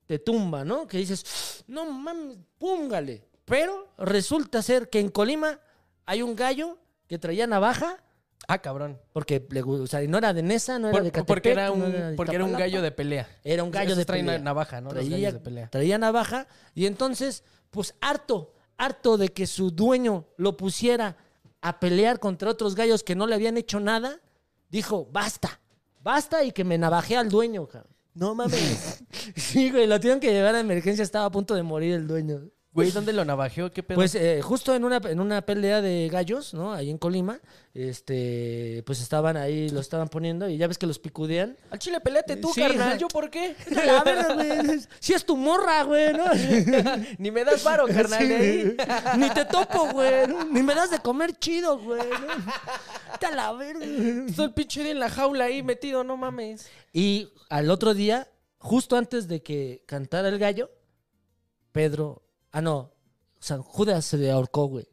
te tumba, ¿no? Que dices, no mames, púngale. Pero resulta ser que en Colima hay un gallo que traía navaja Ah, cabrón. porque le gu- o sea, y no era de Nesa, no era Por- de Catepec, porque era no un, de porque era un Iztapalapa. Eh, gallo de pelea. Era un gallo Esos de traen pelea. navaja, ¿no? Los Traía, gallos de pelea. traía navaja. Y entonces, pues harto, harto de que su dueño lo pusiera a pelear contra otros gallos que no le habían hecho nada, dijo, basta, basta y que me navaje al dueño, cabrón. No mames. Sí, güey, lo tienen que llevar a emergencia, estaba a punto de morir el dueño. Güey, ¿dónde lo navajeó? ¿Qué pedo? Pues eh, justo en una, en una pelea de gallos, ¿no? Ahí en Colima, este, pues estaban ahí, lo estaban poniendo y ya ves que los picudean. Al chile, peleate tú, Sí. carnal. ¿Yo por qué? A ver, güey, si es tu morra, güey, ¿no? Ni me das paro, carnal. ¿eh? Sí. de ahí. Ni te topo, güey. ¿no? Ni me das de comer chido, güey. ¿no? Te la verga. Estoy el pinche día en la jaula ahí metido, no mames. Y al otro día, justo antes de que cantara el gallo, Pedro. Ah, no. San Judas se ahorcó, güey.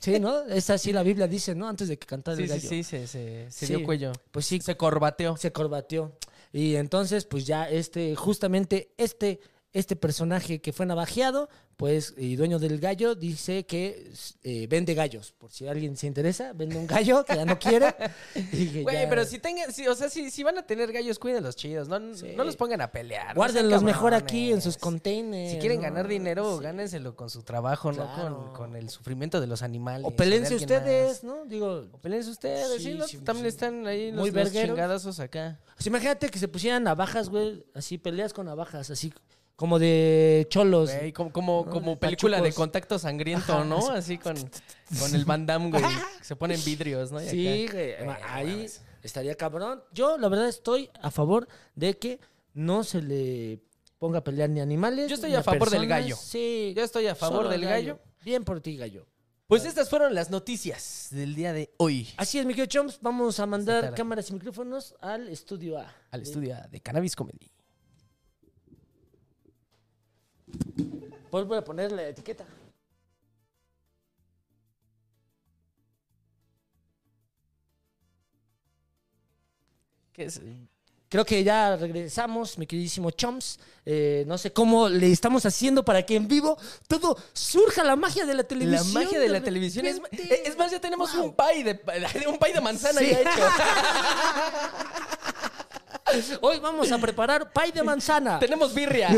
Sí, ¿no? Es así la Biblia dice, ¿no? Antes de que cantara Sí, el sí, gallo. sí, se, se, se Sí. dio cuello. Pues sí, Se corbateó. se corbateó. Y entonces, pues ya este, justamente este, este personaje que fue navajeado, pues, y dueño del gallo, dice que eh, vende gallos. Por si alguien se interesa, vende un gallo que ya no quiere. y que Güey, ya- pero si tengan, si, o sea, si, si van a tener gallos, cuídenlos chidos. No, no los pongan a pelear. no sean Guárdenlos mejor cabrones. aquí en sus containers. Si quieren ¿no? ganar dinero, gánenselo con su trabajo, Claro. no con, con el sufrimiento de los animales. O pelense de alguien ustedes, más. ¿no? Digo, O pelense ustedes, sí, Sí, ¿no? sí, también sí. están ahí los, Muy los vergueros. chingadazos acá. pues imagínate que se pusieran navajas, güey, así, peleas con navajas, así, como de cholos. Güey, como, como, No, como de película de pachucos. contacto sangriento, Ajá, ¿no? Así con, con el Van Damme, güey. que Se ponen vidrios, ¿no? Y Sí, acá. güey. Güey, ahí no mames. estaría cabrón. Yo, la verdad, estoy a favor de que no se le ponga a pelear ni animales. Yo estoy ni a favor del personas. gallo. Sí. Yo estoy a favor solo del gallo. Bien por ti, gallo. Pues estas fueron las noticias del día de hoy. Así es, mi querido Chomps. Vamos a mandar tarde. cámaras y micrófonos al estudio A. Eh, Al estudio de Cannabis Comedy. Vuelvo pues a poner la etiqueta. ¿Qué es? Creo que ya regresamos, mi queridísimo Chomps. Eh, no sé cómo le estamos haciendo para que en vivo todo surja la magia de la La televisión. magia de la televisión es, repente. es más, ya tenemos Wow. un pie de, de- un pie de manzana Sí. ya hecho. Hoy vamos a preparar pay de manzana. tenemos birria.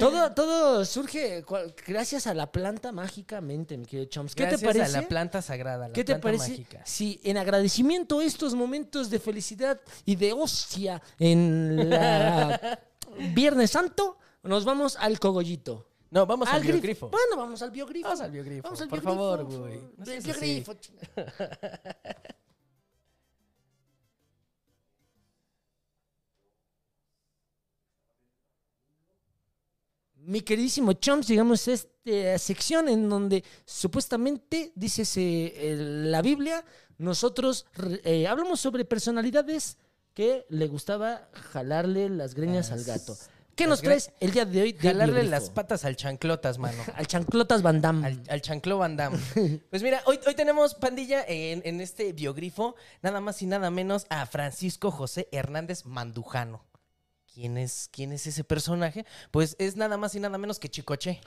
Todo, todo surge cua- gracias a la planta mágicamente, mi querido Chomps. ¿Qué te Gracias parece? A la planta sagrada, la ¿Qué te planta parece mágica. si en agradecimiento a estos momentos de felicidad y de hostia en la Viernes Santo, nos vamos al cogollito? No, vamos al, grifo. biogrifo. Bueno, vamos al biogrifo. Vamos al biogrifo, por favor, güey. No El seas biogrifo. ching- Mi queridísimo Chomps, digamos, esta sección en donde supuestamente, dice la Biblia, nosotros re- eh, hablamos sobre personalidades que le gustaba jalarle las greñas al gato. ¿Qué las nos gre- traes el día de hoy? de Jalarle biogrifo? las patas al chanclotas, mano. Al chanclotas Van Damme. Al, al chanclo Van Damme. Pues mira, hoy, hoy tenemos pandilla en, en este biogrifo, nada más y nada menos a Francisco José Hernández Mandujano. ¿Quién es, quién es ese personaje? Pues es nada más y nada menos que Chicoche.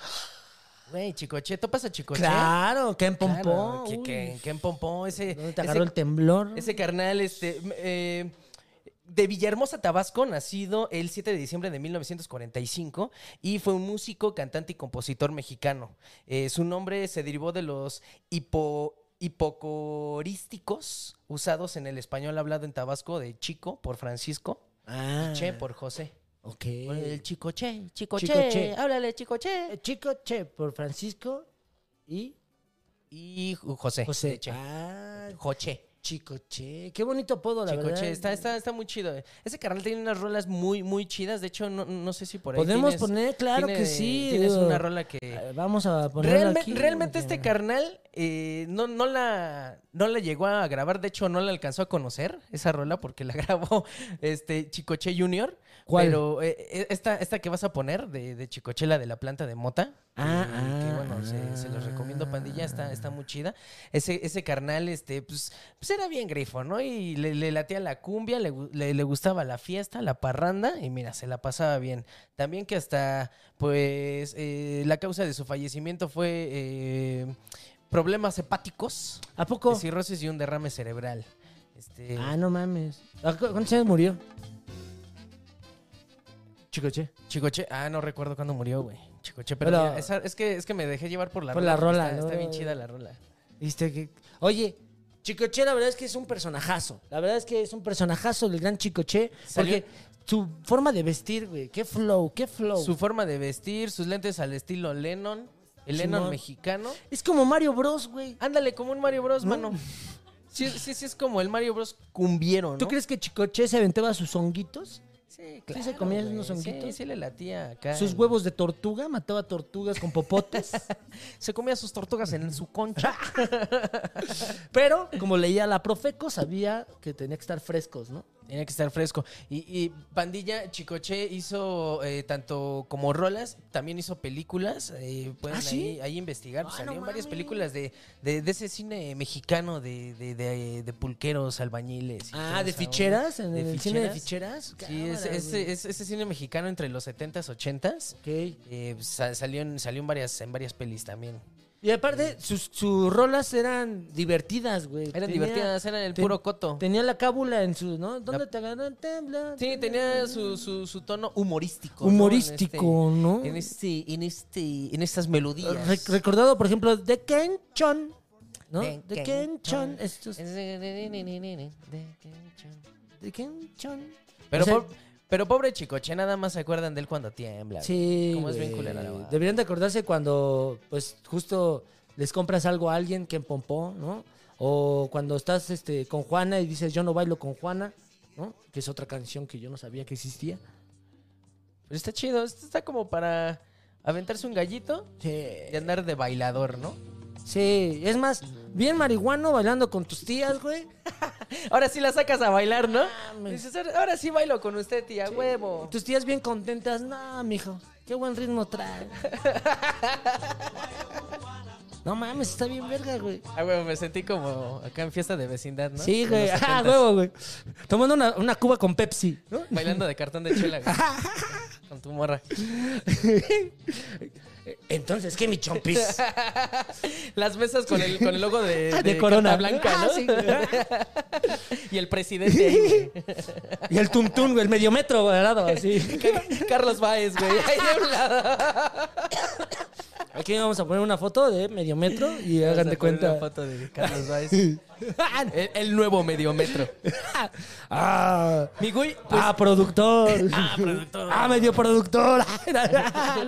Güey, Chicoche, ¿topas a Chicoche? Claro, que en pues, ¿eh? Claro, Pompón. que- uy. que- que en Pompón, ese. ¿Dónde te ese- agarró el temblor? Ese carnal, este. m- eh, de Villahermosa, Tabasco, nacido el 7 de diciembre de 1945 y fue un músico, cantante y compositor mexicano. Eh, su nombre se derivó de los hipo- hipocorísticos usados en el español hablado en Tabasco de Chico por Francisco, Ah, Che por José. Ok. El Chico Che, Chico, Chico che, Che. háblale Chico Che. Eh, Chico Che por Francisco y Y Ju- José. José. de Che. Ah, Joche. Chico Che. Qué bonito apodo, la Chico verdad. Che, está, está, está muy chido. eh. Ese canal tiene unas rolas muy, muy chidas. De hecho, no, no sé si por ahí. Podemos tienes- poner, claro tiene- que sí. Tienes digo, una rola que. eh, Vamos a poner Realme- realmente este carnal eh, no, no, la, no la llegó a grabar, de hecho no la alcanzó a conocer esa rola porque la grabó este Chicoche Junior. ¿Cuál? Pero eh, eh, esta, esta que vas a poner de, de Chicoche, la de la planta de mota. Ah, eh, que ah, bueno, se, se los recomiendo, pandilla, está, está muy chida. Ese, ese carnal, este, pues, pues era bien grifo, ¿no? Y le, le latía la cumbia, le, gu- le- le gustaba la fiesta, la parranda, y mira, se la pasaba bien. También que hasta, pues, eh, la causa de su fallecimiento fue eh, problemas hepáticos, ¿A poco? cirrosis y un derrame cerebral. Este, Ah, no mames. ¿A cu- ¿Cuántos años murió? Chico Che. Chicoche, ah, no recuerdo cuándo murió, güey. Chicoche, pero, Pero- mira, esa- es, que, es que me dejé llevar por la Por la porque rola, Está, ¿no? está bien chida la rola. Viste que- Oye, Chicoche la verdad es que es un personajazo. La verdad es que es un personajazo del gran Chicoche. Salió- Porque su forma de vestir, güey. Qué flow, qué flow. Su forma de vestir, sus lentes al estilo Lennon, el Simón. Lennon mexicano. Es como Mario Bros, güey. Ándale, como un Mario Bros, mano. Sí, sí, sí, es como el Mario Bros cumbiero, ¿no? ¿Tú crees que Chicoche se aventaba sus honguitos? Sí, ¿Sí claro. se comía güey. unos Sí, honguitos? sí le latía acá. Sus el- huevos de tortuga, mataba tortugas con popotes. Se comía sus tortugas en su concha. Pero, como leía la Profeco, sabía que tenía que estar frescos, ¿no? Tenía que estar fresco. Y, y Pandilla Chicoche hizo eh, tanto como rolas, también hizo películas. eh, pueden ¿Ah, sí? ahí, ahí investigar. pues, Ah, no salieron varias mames. películas de, de, de ese cine mexicano de, de, de- de pulqueros, albañiles. y toda Ah, de esa onda. ficheras, en De el cine de ficheras. ficheras. Sí, es- Cámara, ese, güey. es- ese cine mexicano entre los 70s, 80s. Ok. eh, sa- salió, en, salió en, varias, en varias pelis también. Y aparte, sus, sus rolas eran divertidas, güey. Eran Tenía- divertidas, eran el ten- puro coto. Tenía la cábula en su, ¿no? ¿Dónde La- te agarran tembla? Sí, tenía su, su, su tono humorístico. ¿no? Humorístico, ¿no? En este, en este, en este, en estas melodías. Re- recordado, por ejemplo, de Ken Chon. ¿No? De De Ken Ken Chon. Chon. Estos, este, Pero, de Ken Chon. O sea- po- este, pero pobre Chicoche, nada más se acuerdan de él cuando tiembla. Sí. Como es bien güey. culera la verdad. Deberían de acordarse cuando, pues, justo les compras algo a alguien que en pompó, ¿no? O cuando estás este, con Juana y dices, yo no bailo con Juana, ¿no? Que es otra canción que yo no sabía que existía. Pero está chido, esto está como para aventarse un gallito Sí. y andar de bailador, ¿no? Sí, es más, bien marihuano bailando con tus tías, güey. Ahora sí la sacas a bailar, ¿no? Mames. Dices, "Ahora- ahora sí bailo con usted, tía, huevo. Tus tías bien contentas. No, mijo, qué buen ritmo trae. No mames, está bien verga, güey. Ah, güey, me sentí como acá en fiesta de vecindad, ¿no? Sí, En güey. los Ah, 70s, huevo, güey. Tomando una, una cuba con Pepsi. ¿no? Bailando de cartón de chela, güey. Con tu morra. Entonces, ¿qué mi chompis? Las mesas con el, con el logo de, De Corona. Cata Blanca, Ah, ¿no? sí. y el presidente ahí, güey. Y el tum tum, güey, el medio metro, güey, al lado, así. Carlos Baez, güey. Ahí de un lado. Aquí vamos a poner una foto de medio metro y Vamos hagan a de poner Una cuenta. foto de Carlos Baez. el, el nuevo mediometro. Ah, Mi güey, pues, ah, productor. Ah, productor. Ah, medio productor. Ah,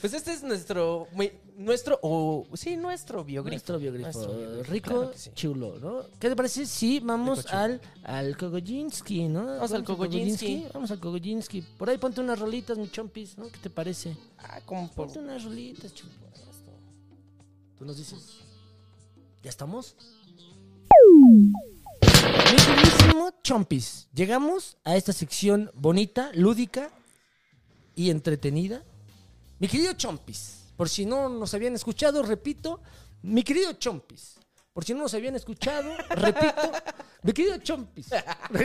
pues este es nuestro, mi- nuestro, o sí, nuestro biogrifo. Nuestro biógrafo. Nuestro biogrifo, Rico, Ah, claro que sí. chulo, ¿no? ¿Qué te parece si vamos al, al Kogoljinsky, ¿no? Vamos al Kogoljinsky. Vamos al Kogoljinsky. Por ahí ponte unas rolitas, mi chompis, ¿no? ¿Qué te parece? Ah, como por... Ponte unas rolitas, chulo. Tú nos dices. ¿Ya estamos? Mi queridísimo Chompis, llegamos a esta sección bonita, lúdica y entretenida. Mi querido Chompis, por si no nos habían escuchado, repito, mi querido Chompis, por si no nos habían escuchado, repito, mi querido Chompis.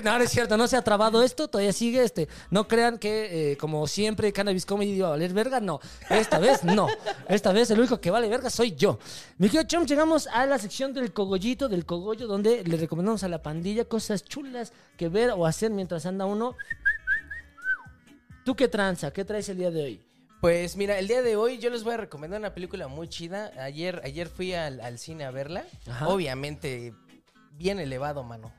No, no es cierto, no se ha trabado esto, todavía sigue este. No crean que, eh, como siempre, Cannabis Comedy iba a valer verga, no. Esta vez no. Esta vez el único que vale verga soy yo. Mi querido Chomps, llegamos a la sección del cogollito, del cogollo, donde le recomendamos a la pandilla cosas chulas que ver o hacer mientras anda uno. ¿Tú qué tranza? ¿Qué traes el día de hoy? Pues mira, el día de hoy yo les voy a recomendar una película muy chida. Ayer, ayer fui al, al cine a verla. Ajá. Obviamente, bien elevado, mano.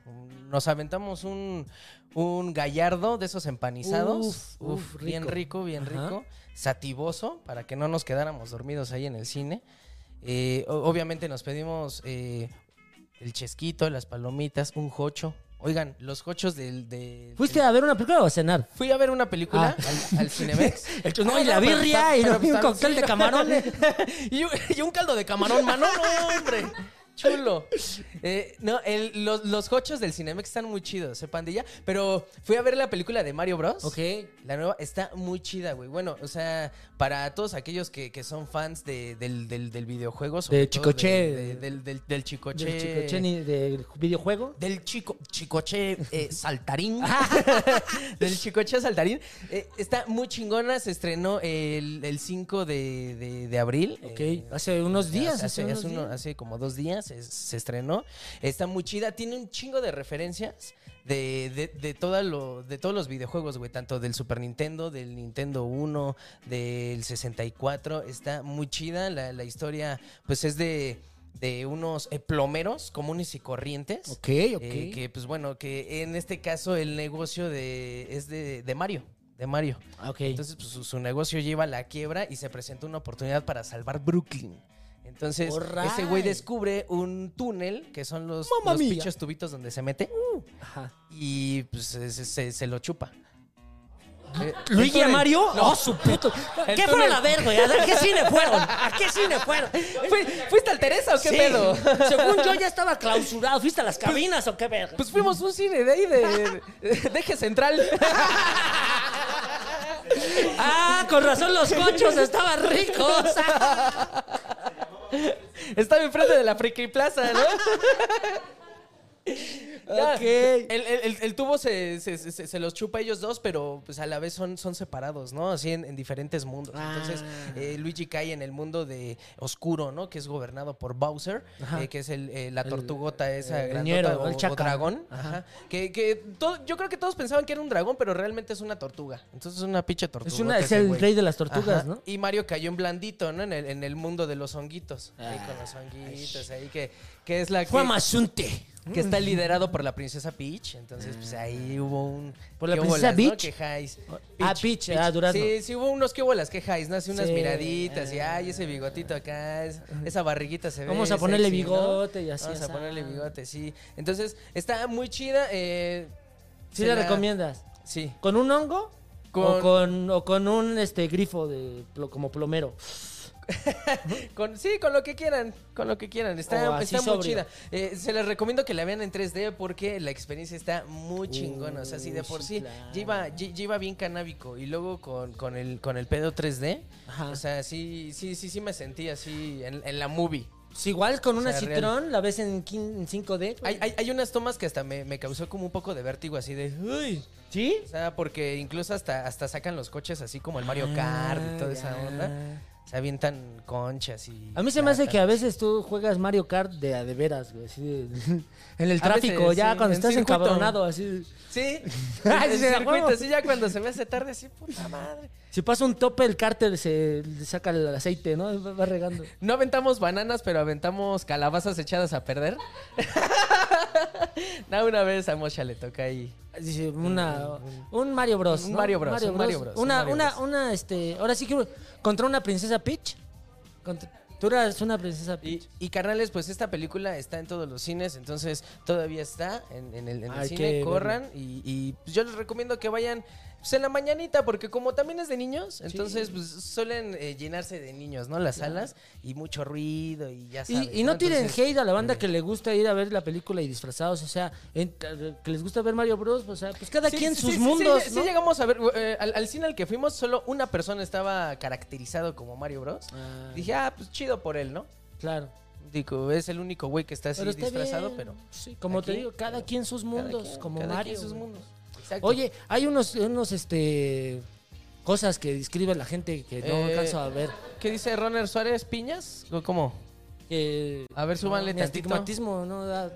Nos aventamos un, un gallardo de esos empanizados. Uf, Uf, uf, bien rico. rico, bien Ajá. rico. Sativoso, para que no nos quedáramos dormidos ahí en el cine. Eh, o- obviamente nos pedimos eh, el chesquito, las palomitas, un jocho. Oigan, los jochos del... del- ¿Fuiste a ver una película o a cenar? Fui a ver una película Ah. al, al Cinemex. No, Ah, y la pero birria, está- y pero no, y un está- cóctel sí, de no. camarones. y, un, y un caldo de camarón, mano. No, hombre. Chulo. Eh, no, el- los, los hochos del Cinemex están muy chidos, ¿eh, pandilla? Pero fui a ver la película de Mario Bros. Ok. La nueva está muy chida, güey. Bueno, o sea, para todos aquellos que, que son fans de- del, del- del videojuego. sobre De todo Chicoche. de- de- del, del- del Chicoche. Del chico Cheni, del videojuego. Del chico, chicoche eh, saltarín. Ah. del chicoche saltarín. Eh, está muy chingona. Se estrenó el, el 5 de, de- de abril. Ok. Eh, Hace unos días. Hace, unos hace uno- días. hace como dos días es- se estrenó. Está muy chida. Tiene un chingo de referencias de, de, de toda lo, de todos los videojuegos, güey. Tanto del Super Nintendo, del Nintendo 1, del 64. Está muy chida. La, la historia, pues es de, de unos eh, plomeros comunes y corrientes. Ok, ok. Eh, que pues bueno, que en este caso el negocio de es de, de Mario, de Mario. Ah, ok. Entonces pues, su, su negocio lleva a la quiebra y se presenta una oportunidad para salvar Brooklyn. Entonces Alright. ese güey descubre un túnel que son los, Mamma los mía. pinches tubitos donde se mete Ajá. y pues se, se- se lo chupa. Eh, ¿Luigi a entonces- Mario? No. ¡Oh, su puto! El ¿Qué fueron túnel. a ver, güey? ¿A qué cine fueron? ¿A qué cine fueron? ¿Fui- ¿Fuiste al Teresa o qué Sí. pedo? Según yo ya estaba clausurado. ¿Fuiste a las cabinas o qué verga? Pues fuimos a un cine de ahí de, de, de Eje Central. ¡Ah, con razón los cochos estaban ricos! Estaba enfrente de la Friki Plaza, ¿no? Ya, Ok. El, el- el- el tubo se, se- se- se los chupa ellos dos, pero pues a la vez son, son separados, ¿no? Así en, en diferentes mundos. Ah. Entonces, eh, Luigi cae en el mundo de oscuro, ¿no? Que es gobernado por Bowser, Ajá. eh, que es el, eh, la tortugota esa el grandota ñero, o, el o chaca. dragón. Ajá. Que, que todo- yo creo que todos pensaban que era un dragón, pero realmente es una tortuga. Entonces es una pinche tortuga. Es, una, es el rey de las tortugas, Ajá. ¿no? Y Mario cayó en blandito, ¿no? En el, en el mundo de los honguitos. Ahí con los honguitos, ahí que, que es la que, Ah, Fue Mm. Masunte. que está liderado por la princesa Peach. Entonces, pues ahí hubo un. Mm. ¿Por la ¿qué princesa bolas, no? Peach? Que jais. Ah, Peach, ah, Durazno. Sí, sí hubo unos que hubo las que jais, ¿no? Así unas Sí. eh. miraditas y ay, ese bigotito acá, es- esa barriguita se ve. Vamos a ponerle sexy, ¿no? bigote y así, Vamos asá. a ponerle bigote, sí. Entonces, está muy chida. Eh, ¿Sí se le la- recomiendas? Sí. ¿Con un hongo? Con- O, con, o con un este, grifo de plo- como plomero. Con, sí, con lo que quieran, con lo que quieran. O Está, Oh, así está muy sobrio. chida. Eh, se les recomiendo que la vean en 3D porque la experiencia está muy chingona. O sea, si de Uy, por Uh, sí, sí, claro. ya, iba, ya- ya iba bien canábico y luego con, con el, con el pedo 3D, Ajá. o sea, sí, sí, sí, sí me sentí así en, en la movie. Si pues, igual con una sea, real. Citrón la ves en, quin- en 5D. güey. Hay, hay, hay unas tomas que hasta me, me causó como un poco de vértigo así de... "Uy". ¿Sí? O sea, porque incluso hasta, hasta sacan los coches así como el Mario Kart y toda esa Ah, onda. ya. Se avientan conchas y... A mí se me hace que plátanos. a veces tú juegas Mario Kart de a de veras, güey. así de- en el A veces, tráfico, ya sí, cuando en estás circuito. encabronado, así. Sí. Ay, el sí, a circuito, huevo. sí, ya cuando se me hace tarde, así, puta madre. Si pasa un tope, el cárter se le saca el aceite, ¿no? Va- Va regando. No aventamos bananas, pero aventamos calabazas echadas a perder. no, una vez a Mosha le toca ahí. Dice, una, un Mario Bros. Un ¿no? Mario Bros, un Mario Bros, Una, un Mario una, Bros. una, este. Ahora sí que. Contra una princesa Peach. Contra- tú eras una princesa Y, Peach. y carnales, pues esta película está en todos los cines, entonces todavía está en, en el, en el Hay que cine, corran y, y, pues, yo les recomiendo que vayan pues, en la mañanita, porque como también es de niños, entonces pues suelen eh, llenarse de niños, ¿no? Las salas y mucho ruido y ya Y, sabes. y no tiren Entonces, eh. hate a la banda que le gusta ir a ver la película y disfrazados, o sea, en- que les gusta ver Mario Bros, o sea, pues cada Sí, quien sí, sus sí, sí, mundos, Sí, ¿no? sí llegamos a ver, eh, al, al cine al que fuimos, solo una persona estaba caracterizado como Mario Bros. Ah, Dije, ah, pues chido por él, ¿no? claro. Digo, es el único güey que está así Pero está disfrazado, bien, pero... sí, como te aquí, digo, cada pero quien sus cada mundos, quien- como cada quien Mario. sus güey. mundos. Exacto. Oye, hay unos, unos este cosas que describe la gente que no Eh, alcanzo a ver. ¿Qué dice Roner Suárez? ¿Piñas? ¿O ¿Cómo? que- A ver, súbanle mi tantito. astigmatismo no da.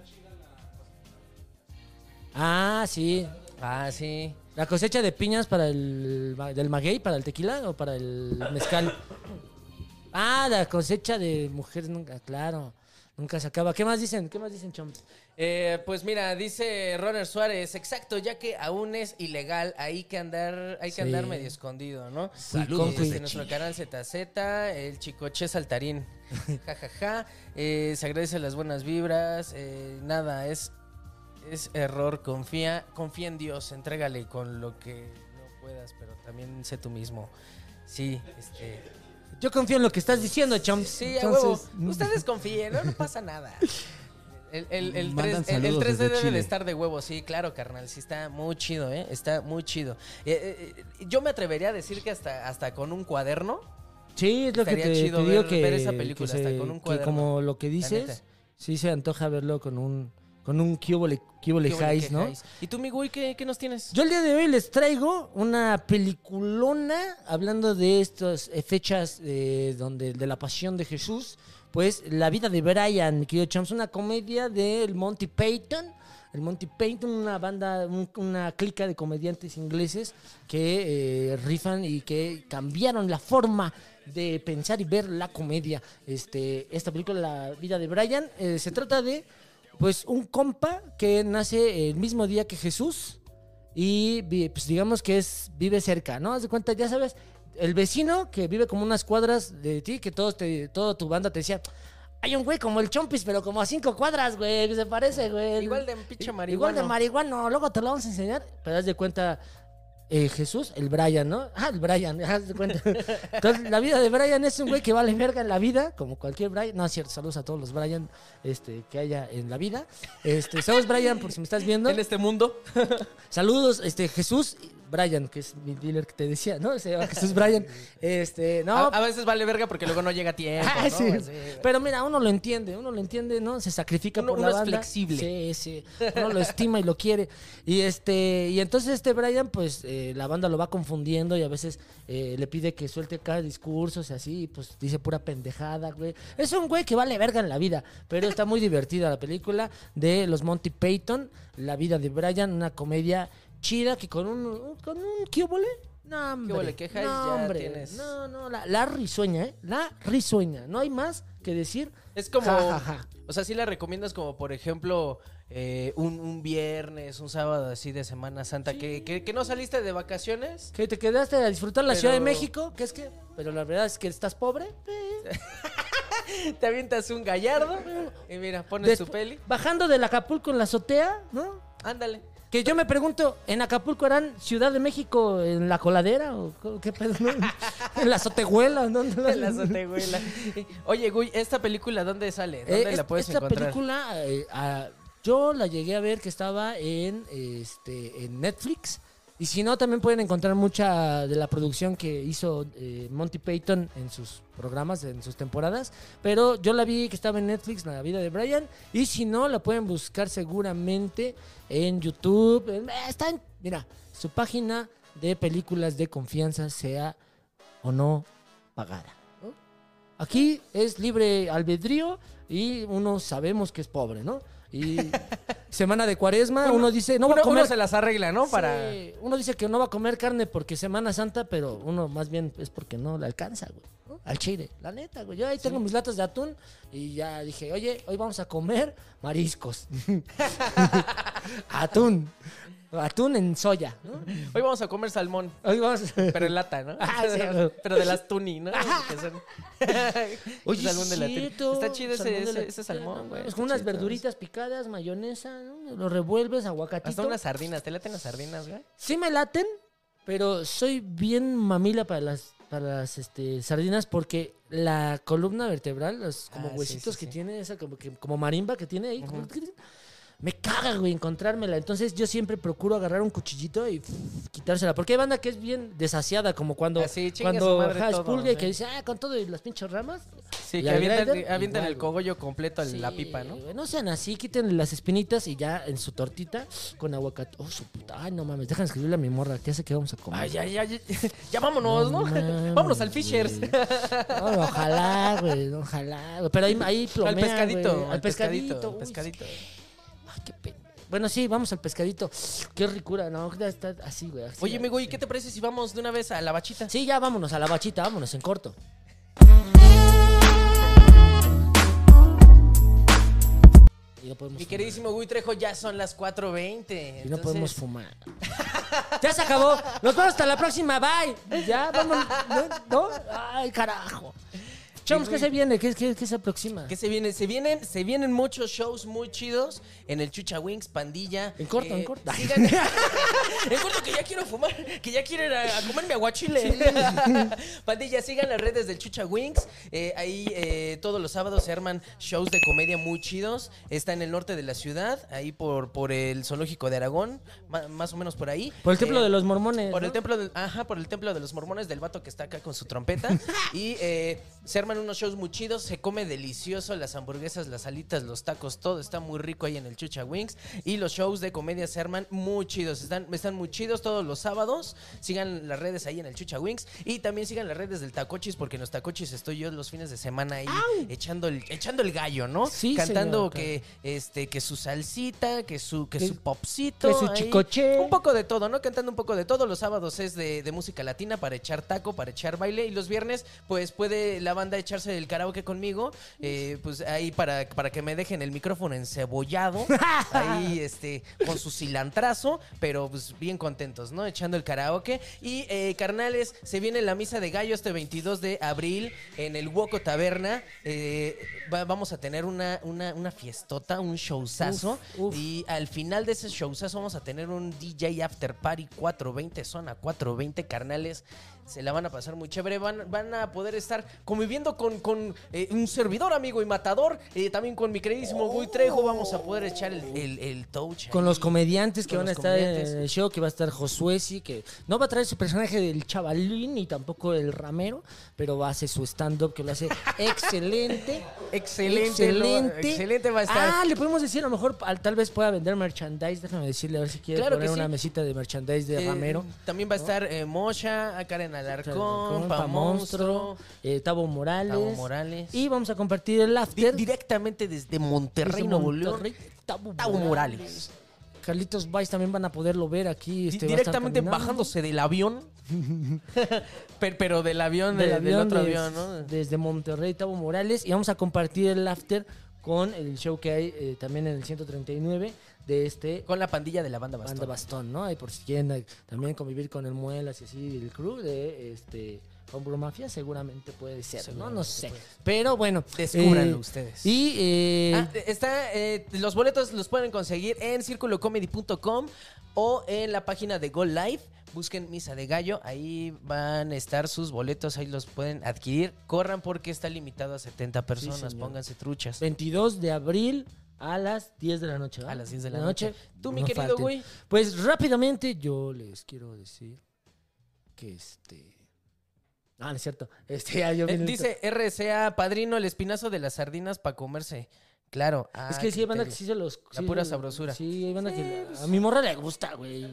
Ah, sí. Ah, sí. La cosecha de piñas para el ma- del maguey, para el tequila o para el mezcal. Ah, la cosecha de mujeres nunca, claro, nunca se acaba. ¿Qué más dicen? ¿Qué más dicen, chom? Eh, pues mira, dice Roner Suárez, exacto, ya que aún es ilegal, hay que andar, hay que Sí. andar medio escondido, ¿no? Saludos desde desde nuestro canal ZZ, el chicoche saltarín. Ja, ja, ja. Eh, se agradece las buenas vibras. eh, nada, es, es error. Confía, confía en Dios, entrégale con lo que no puedas, pero también sé tú mismo. Sí, este. Yo confío en lo que estás diciendo, chom. Sí, a huevo. mm. Ustedes confíen, no, no pasa nada. El, el, el, Mandan 3, el- el saludos 3D desde debe de Chile. estar de huevo, sí, claro, carnal. Sí, está muy chido, ¿eh? Está muy chido. Eh, eh, eh, yo me atrevería a decir que hasta, hasta con un cuaderno. Sí, es lo que Estaría te, chido te digo ver- que ver esa que película, se- hasta con un que cuaderno, como lo que neta. dices, sí se antoja verlo con un con un cubole cubole qué bueno highs, que ¿no? highs. ¿Y tú, mi güey, qué, qué nos tienes? Yo el día de hoy les traigo una peliculona hablando de estas eh, fechas eh, donde de la pasión de Jesús, pues La vida de Brian, mi querido Chams, una comedia del Monty Python. El Monty Python, una banda, un- una clica de comediantes ingleses que eh, rifan y que cambiaron la forma de pensar y ver la comedia. Este, esta película, La vida de Brian, eh, se trata de pues un compa que nace el mismo día que Jesús y vi- pues digamos que es vive cerca, ¿no? Haz de cuenta, ya sabes, el vecino que vive como unas cuadras de ti, que todos te, toda tu banda te decía, hay un güey como el Chompis, pero como a cinco cuadras, güey, que se parece, güey. Igual de pinche marihuana. Igual de marihuano, luego te lo vamos a enseñar. Pero haz de cuenta, eh, Jesús, el Brian, ¿no? Ah, el Brian, haz de cuenta. Entonces, la vida de Brian es un güey que vale verga en la vida, como cualquier Brian. No, es cierto, saludos a todos los Brian este, que haya en la vida. Este, saludos, Brian, por si me estás viendo. En este mundo. Saludos, este, Jesús, y Brian, que es mi dealer que te decía, ¿no? O sea, Jesús, Brian. Este, no, A, a veces vale verga porque luego no llega a tiempo. Ah, ¿no? sí. Así. Pero mira, uno lo entiende, uno lo entiende, ¿no? Se sacrifica Uno- por uno la es banda. flexible. Sí, sí. Uno lo estima y lo quiere. Y este, y entonces este Brian, pues, eh, la banda lo va confundiendo y a veces eh, le pide que suelte cada discurso y así, y pues dice pura pendejada, güey. Es un güey que vale verga en la vida. Pero está muy divertida la película de los Monty Python, La vida de Brian, una comedia chida que con un, un- con un ¿qué hubo, le? No, hombre. hubo, le, qué highs? no, Ya hombre. tienes- No, no, no, la, la risueña, ¿eh? La risueña. No hay más que decir. Es como. Ja, ja, ja. O sea, sí la recomiendas como, por ejemplo, eh, un, un viernes, un sábado así de Semana Santa, que, que, que no saliste de vacaciones. Que te quedaste a disfrutar la Pero- Ciudad de México, que es que. Pero la verdad es que estás pobre. eh. Te avientas un gallardo y mira, pones tu Despu- peli. Bajando del Acapulco en la azotea, ¿no? Ándale. Que yo me pregunto, ¿en Acapulco harán Ciudad de México en la coladera? ¿O co- qué pedo? no? ¿En la sotehuela? ¿Dónde lo En la hacen? azotehuela. Oye, güey, ¿esta película dónde sale? ¿Dónde Eh, la es- puedes esta encontrar? película, eh, ah, yo la llegué a ver que estaba en, este, en Netflix. Y si no, también pueden encontrar mucha de la producción que hizo eh, Monty Python en sus programas, en sus temporadas. Pero yo la vi que estaba en Netflix, La vida de Brian. Y si no, la pueden buscar seguramente en YouTube. en- eh, Está en, mira, su página de películas de confianza, sea o no pagada. ¿no? Aquí es libre albedrío y uno sabemos que es pobre, ¿no? Y semana de cuaresma, uno, dice, no va Uno, a comer... uno se las arregla, ¿no? Sí, Para... uno dice que no va a comer carne porque Semana Santa, pero uno más bien es porque no le alcanza, güey. ¿no? Al chile, la neta, güey. Yo ahí tengo mis latas de atún y ya dije, oye, hoy vamos a comer mariscos. atún. Atún en soya, ¿no? Hoy vamos a comer salmón, Hoy vamos... pero en lata, ¿no? Ah, sí, güey. pero de las tuni, ¿no? Que son- Oye, salmón de la sí, tele. todo Está chido ese, salmón de la ese, ese tele, salmón, no güey. mames, está Con unas chido. verduritas picadas, mayonesa, ¿no? lo revuelves, aguacatito. Hasta unas sardinas. ¿Te laten las sardinas, güey? Sí me laten, pero soy bien mamila para las, para las este, sardinas porque la columna vertebral, los como Ah, sí, huesitos sí, que sí. tiene, esa como, que, como marimba que tiene ahí, como- me caga, güey, encontrármela. Entonces yo siempre procuro agarrar un cuchillito y ff, quitársela. Porque hay banda que es bien desasiada, como cuando, Así, chinga su cuando madre ajá, todo, expulga y sí. que dice, ah, con todo y las pinches ramas. Sí, Y que al avientan, grinder, avientan igual, el güey. cogollo completo a la Sí, pipa, ¿no? güey, No sean así, quítenle las espinitas y ya en su tortita con aguacate. Oh, su puta. Ay, no mames, dejan escribirle a mi morra. ¿Qué hace que vamos a comer? Ay, ay, ay. ay. Ya vámonos, ¿no? No mames, vámonos al güey. Fishers. No, ojalá, güey, ojalá. güey. Pero ahí, ahí Al plomean, güey. pescadito. Al pescadito. Al uy, pescadito. ay, qué pena. Bueno, sí, vamos al pescadito. Qué ricura, no, ya está así, güey. así, Oye, mi güey. güey, ¿qué te parece si vamos de una vez a la bachita? Sí, ya vámonos a la bachita, vámonos en corto. Y no podemos Mi fumar. queridísimo Gui Trejo, ya son las 4.20. Pues, Y no entonces- podemos fumar. ya se acabó. Nos vemos hasta la próxima. Bye. Ya, vamos. ¿No? ¿No? Ay, carajo. Chamos, ¿qué se viene? ¿Qué, qué, qué se aproxima? ¿Qué se vienen? Se vienen, se vienen muchos shows muy chidos en el Chucha Wings, Pandilla. En corto, en Eh, corto. sigan- en corto que ya quiero fumar, que ya quiero ir a, a comer mi aguachile. Pandilla, sigan las redes del Chucha Wings. Eh, ahí eh, todos los sábados se arman shows de comedia muy chidos. Está en el norte de la ciudad, ahí por, por el zoológico de Aragón, ma- más o menos por ahí. Por el templo Eh, de los mormones. por ¿no? el templo del, ajá, por el templo de los mormones del vato que está acá con su trompeta. y eh, se arman unos shows muy chidos, se come delicioso, las hamburguesas, las alitas, los tacos, todo está muy rico ahí en el Chucha Wings. Y los shows de comedia se arman muy chidos, están, están muy chidos todos los sábados. Sigan las redes ahí en el Chucha Wings. Y también sigan las redes del Tacochis, porque en los Tacochis estoy yo los fines de semana ahí echando el, echando el gallo, ¿no? Sí, Cantando señor, que, este, que su salsita, que su, que Que- su popsito. que su ahí. chicoche. Un poco poco de todo, ¿no? Cantando un poco de todo. Los sábados es de, de música latina para echar taco, para echar baile. Y los viernes, pues puede la banda echarse el karaoke conmigo. eh, pues ahí para, para que me dejen el micrófono encebollado. ahí, este, con su cilantrazo. Pero pues bien contentos, ¿no? Echando el karaoke. Y eh, carnales, se viene la misa de gallo este 22 de abril en el Huoco Taberna. Eh, va- vamos a tener una, una, una fiestota, un showzazo. Uf, uf. Y al final de ese showzazo vamos a tener un DJ After Party 420, zona 420, carnales. Se la van a pasar muy chévere. Van, van a poder estar conviviendo con, con, eh, un servidor, amigo y matador. Eh, también con mi queridísimo Gui Trejo. Vamos a poder echar el, el, el touch. Con ahí. los comediantes que Con van a los estar comediantes. en el show, que va a estar Josué, sí, que no va a traer su personaje del chavalín ni tampoco el ramero, pero va a hacer su stand-up que lo hace excelente. Excelente, lo- excelente va a estar. Ah, le podemos decir, a lo mejor al- tal vez pueda vender merchandise. Déjame decirle, a ver si quiere Claro que poner una sí. mesita de merchandise de Eh, ramero. También va a estar eh, Mosha, Karen Alarcón, Con Pa Monstruo. eh, Tabo Morales. Tabo Morales. Y vamos a compartir el Di- after. directamente desde Monterrey, Desde Nuevo León. Monterrey, Tabo Tavo Morales. Carlitos Vice también van a poderlo ver aquí. este, va a Di- estar directamente caminando. bajándose del avión. pero, pero del avión, de- del avión, otro des- avión, ¿no? desde Monterrey, Tabo Morales, y vamos a compartir el after con el show que hay eh, también en el 139 de este Con la pandilla de la banda Bastón. banda Bastón, ¿no? Ahí por si quieren eh, también convivir con el Muelas y así, el crew de este con Bromafia seguramente puede ser, ¿no? No sé. Pero bueno. Descúbranlo eh, ustedes. Y eh, Ah, está, eh, los boletos los pueden conseguir en circulocomedy.com o en la página de Go Live. Busquen Misa de Gallo, ahí van a estar sus boletos, ahí los pueden adquirir. Corran porque está limitado a 70 personas, señor. pónganse truchas. 22 de abril a las 10 de la noche. ¿va? A las 10 de la noche. Tú, mi querido falten. güey. Pues rápidamente yo les quiero decir que este... Ah, no es cierto. Este, ah, yo Eh, bien- dice RCA, padrino, el espinazo de las sardinas para comerse. Claro. ah, es que sí, hay banda que criterio. sí se los... La sí, pura sabrosura. pues Sí, hay banda que... la- A mi morra le gusta, güey.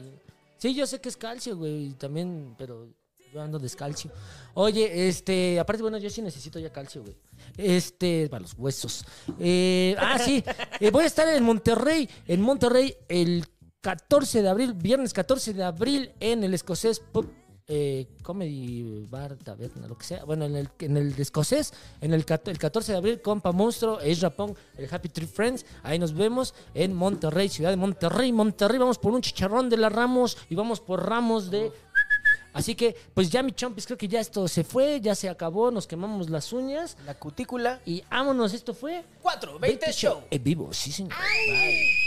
Sí, yo sé que es calcio, güey, y también, pero yo ando descalcio. Oye, este, aparte, bueno, yo sí necesito ya calcio, güey. Este, para los huesos. Eh, ah, sí, eh, voy a estar en Monterrey, en Monterrey el 14 de abril, viernes 14 de abril, en el escocés Pub, eh, Comedy Bar, Taberna, lo que sea. Bueno, en el, en el escocés, en el, cat- el 14 de abril, Compa Monstruo, es Rapón, el Happy Tree Friends. Ahí nos vemos en Monterrey, ciudad de Monterrey. Monterrey, vamos por un chicharrón de la Ramos y vamos por Ramos de Así que, pues ya mi chompis, creo que ya esto se fue, ya se acabó, nos quemamos las uñas La cutícula. y vámonos, esto fue 420 Show. En vivo, sí señor. Bye.